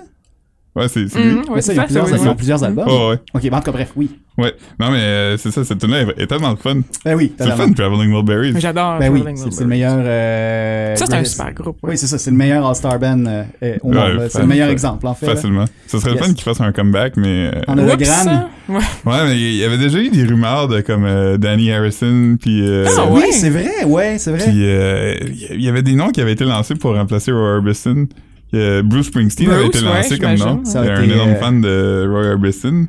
Speaker 1: Ouais, c'est c'est lui.
Speaker 3: Mhm, ouais,
Speaker 2: Mais ça, il
Speaker 3: c'est
Speaker 2: y a
Speaker 3: ça,
Speaker 2: plusieurs,
Speaker 3: oui,
Speaker 2: ils ont
Speaker 3: oui.
Speaker 2: plusieurs albums.
Speaker 1: Oh, ouais.
Speaker 2: Ok, bon, en tout cas, bref, oui.
Speaker 1: ouais. Non, mais euh, c'est ça, cette tune-là est- est tellement fun.
Speaker 2: Ben oui,
Speaker 1: C'est le
Speaker 2: totalement.
Speaker 1: fun, Traveling Wilburys.
Speaker 3: J'adore.
Speaker 2: Ben oui,
Speaker 3: Traveling
Speaker 2: c'est-
Speaker 3: Wilburys.
Speaker 2: c'est le meilleur... euh,
Speaker 3: Ça, c'est un
Speaker 2: greatest-
Speaker 3: super groupe. ouais.
Speaker 2: Oui, c'est ça. C'est le meilleur All-Star Band euh, euh, au
Speaker 1: Ouais,
Speaker 2: monde. là. C'est le
Speaker 1: fa-
Speaker 2: meilleur
Speaker 1: fa-
Speaker 2: exemple, en fait. là.
Speaker 1: Facilement. Ce serait
Speaker 2: Yes.
Speaker 1: le fun qu'il fasse un comeback, mais. euh,
Speaker 2: On a le
Speaker 3: Oups,
Speaker 2: Gran.
Speaker 3: ça. hein? Ouais.
Speaker 1: Ouais, mais il y avait déjà eu des rumeurs de comme euh, Danny Harrison, puis. euh,
Speaker 3: Ah,
Speaker 2: Oui,
Speaker 3: ouais.
Speaker 2: c'est vrai. Ouais, c'est vrai.
Speaker 1: Puis euh, il y avait des noms qui avaient été lancés pour remplacer Roy Orbison. Euh, Bruce Springsteen
Speaker 3: Bruce,
Speaker 1: avait été
Speaker 3: ouais,
Speaker 1: lancé comme
Speaker 3: j'imagine.
Speaker 1: nom.
Speaker 2: Ça a
Speaker 1: J'étais un
Speaker 2: été,
Speaker 1: énorme
Speaker 2: euh,
Speaker 1: fan de Roy Orbison.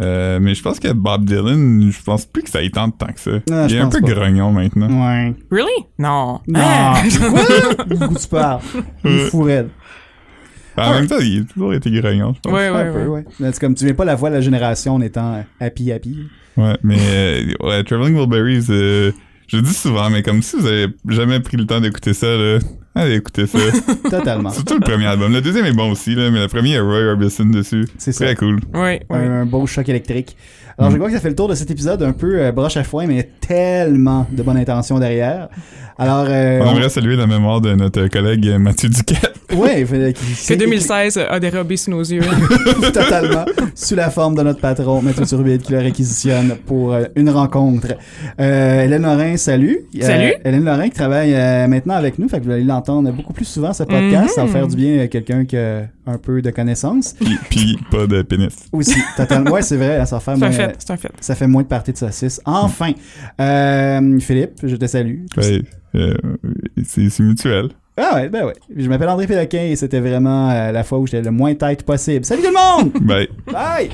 Speaker 1: Euh, mais je pense que Bob Dylan, je pense plus que ça y tente tant que ça.
Speaker 2: Ah,
Speaker 1: il
Speaker 2: je
Speaker 1: est un
Speaker 2: pense
Speaker 1: peu
Speaker 2: pas.
Speaker 1: grognon maintenant.
Speaker 2: Ouais.
Speaker 3: Really? Non.
Speaker 2: Non.
Speaker 3: Ah. Euh.
Speaker 2: Quoi? Du coup, tu parles. Une fourrelle.
Speaker 1: En même temps, il a toujours été grognon, je pense.
Speaker 3: Ouais,
Speaker 2: Un
Speaker 3: ouais,
Speaker 2: peu,
Speaker 3: ouais.
Speaker 2: ouais. Mais C'est comme tu viens pas la voix de la génération en étant euh, happy, happy.
Speaker 1: Ouais, mais euh, ouais, Traveling Wilburys, euh, je le dis souvent, mais comme si vous avez jamais pris le temps d'écouter ça, là, allez écouter ça.
Speaker 2: Totalement.
Speaker 1: Surtout le premier album. Le deuxième est bon aussi, là, mais le premier, il y a Roy Orbison dessus.
Speaker 2: C'est ça.
Speaker 1: Très cool.
Speaker 3: Ouais,
Speaker 2: Un,
Speaker 3: ouais. Mm.
Speaker 2: un beau choc électrique. Alors, je crois que ça fait le tour de cet épisode un peu euh, broche à foin, mais tellement de bonnes intentions derrière. Alors, euh,
Speaker 1: On aimerait saluer la mémoire de notre collègue Mathieu Duquette.
Speaker 2: on- ouais, fait- qui-
Speaker 3: Que 2016 a dérobé euh, sous nos yeux.
Speaker 2: totalement sous la forme de notre patron, Maître Turbide, qui le réquisitionne pour euh, une rencontre. Euh, Hélène Lorrain, salut. Euh,
Speaker 3: Salut.
Speaker 2: Hélène Lorrain qui travaille euh, maintenant avec nous, fait que vous allez l'entendre beaucoup plus souvent ce podcast. Ça va
Speaker 3: Mhm.
Speaker 2: faire du bien à quelqu'un qui a un peu de connaissances.
Speaker 1: Puis, puis pas de pénis.
Speaker 2: Aussi, totalement. Ouais, c'est vrai, ça va faire
Speaker 3: C'est un
Speaker 2: moins-
Speaker 3: fait, c'est un fait.
Speaker 2: Ça fait moins de parties de saucisses. Enfin, euh, Philippe, je te salue.
Speaker 1: Ouais, euh, c'est c'est mutuel.
Speaker 2: Ah ouais, ben ouais. Je
Speaker 1: Ben,
Speaker 2: m'appelle André Péloquin et c'était vraiment euh, la fois où j'étais le moins tête possible. Salut tout le monde!
Speaker 1: Bye.
Speaker 2: Bye!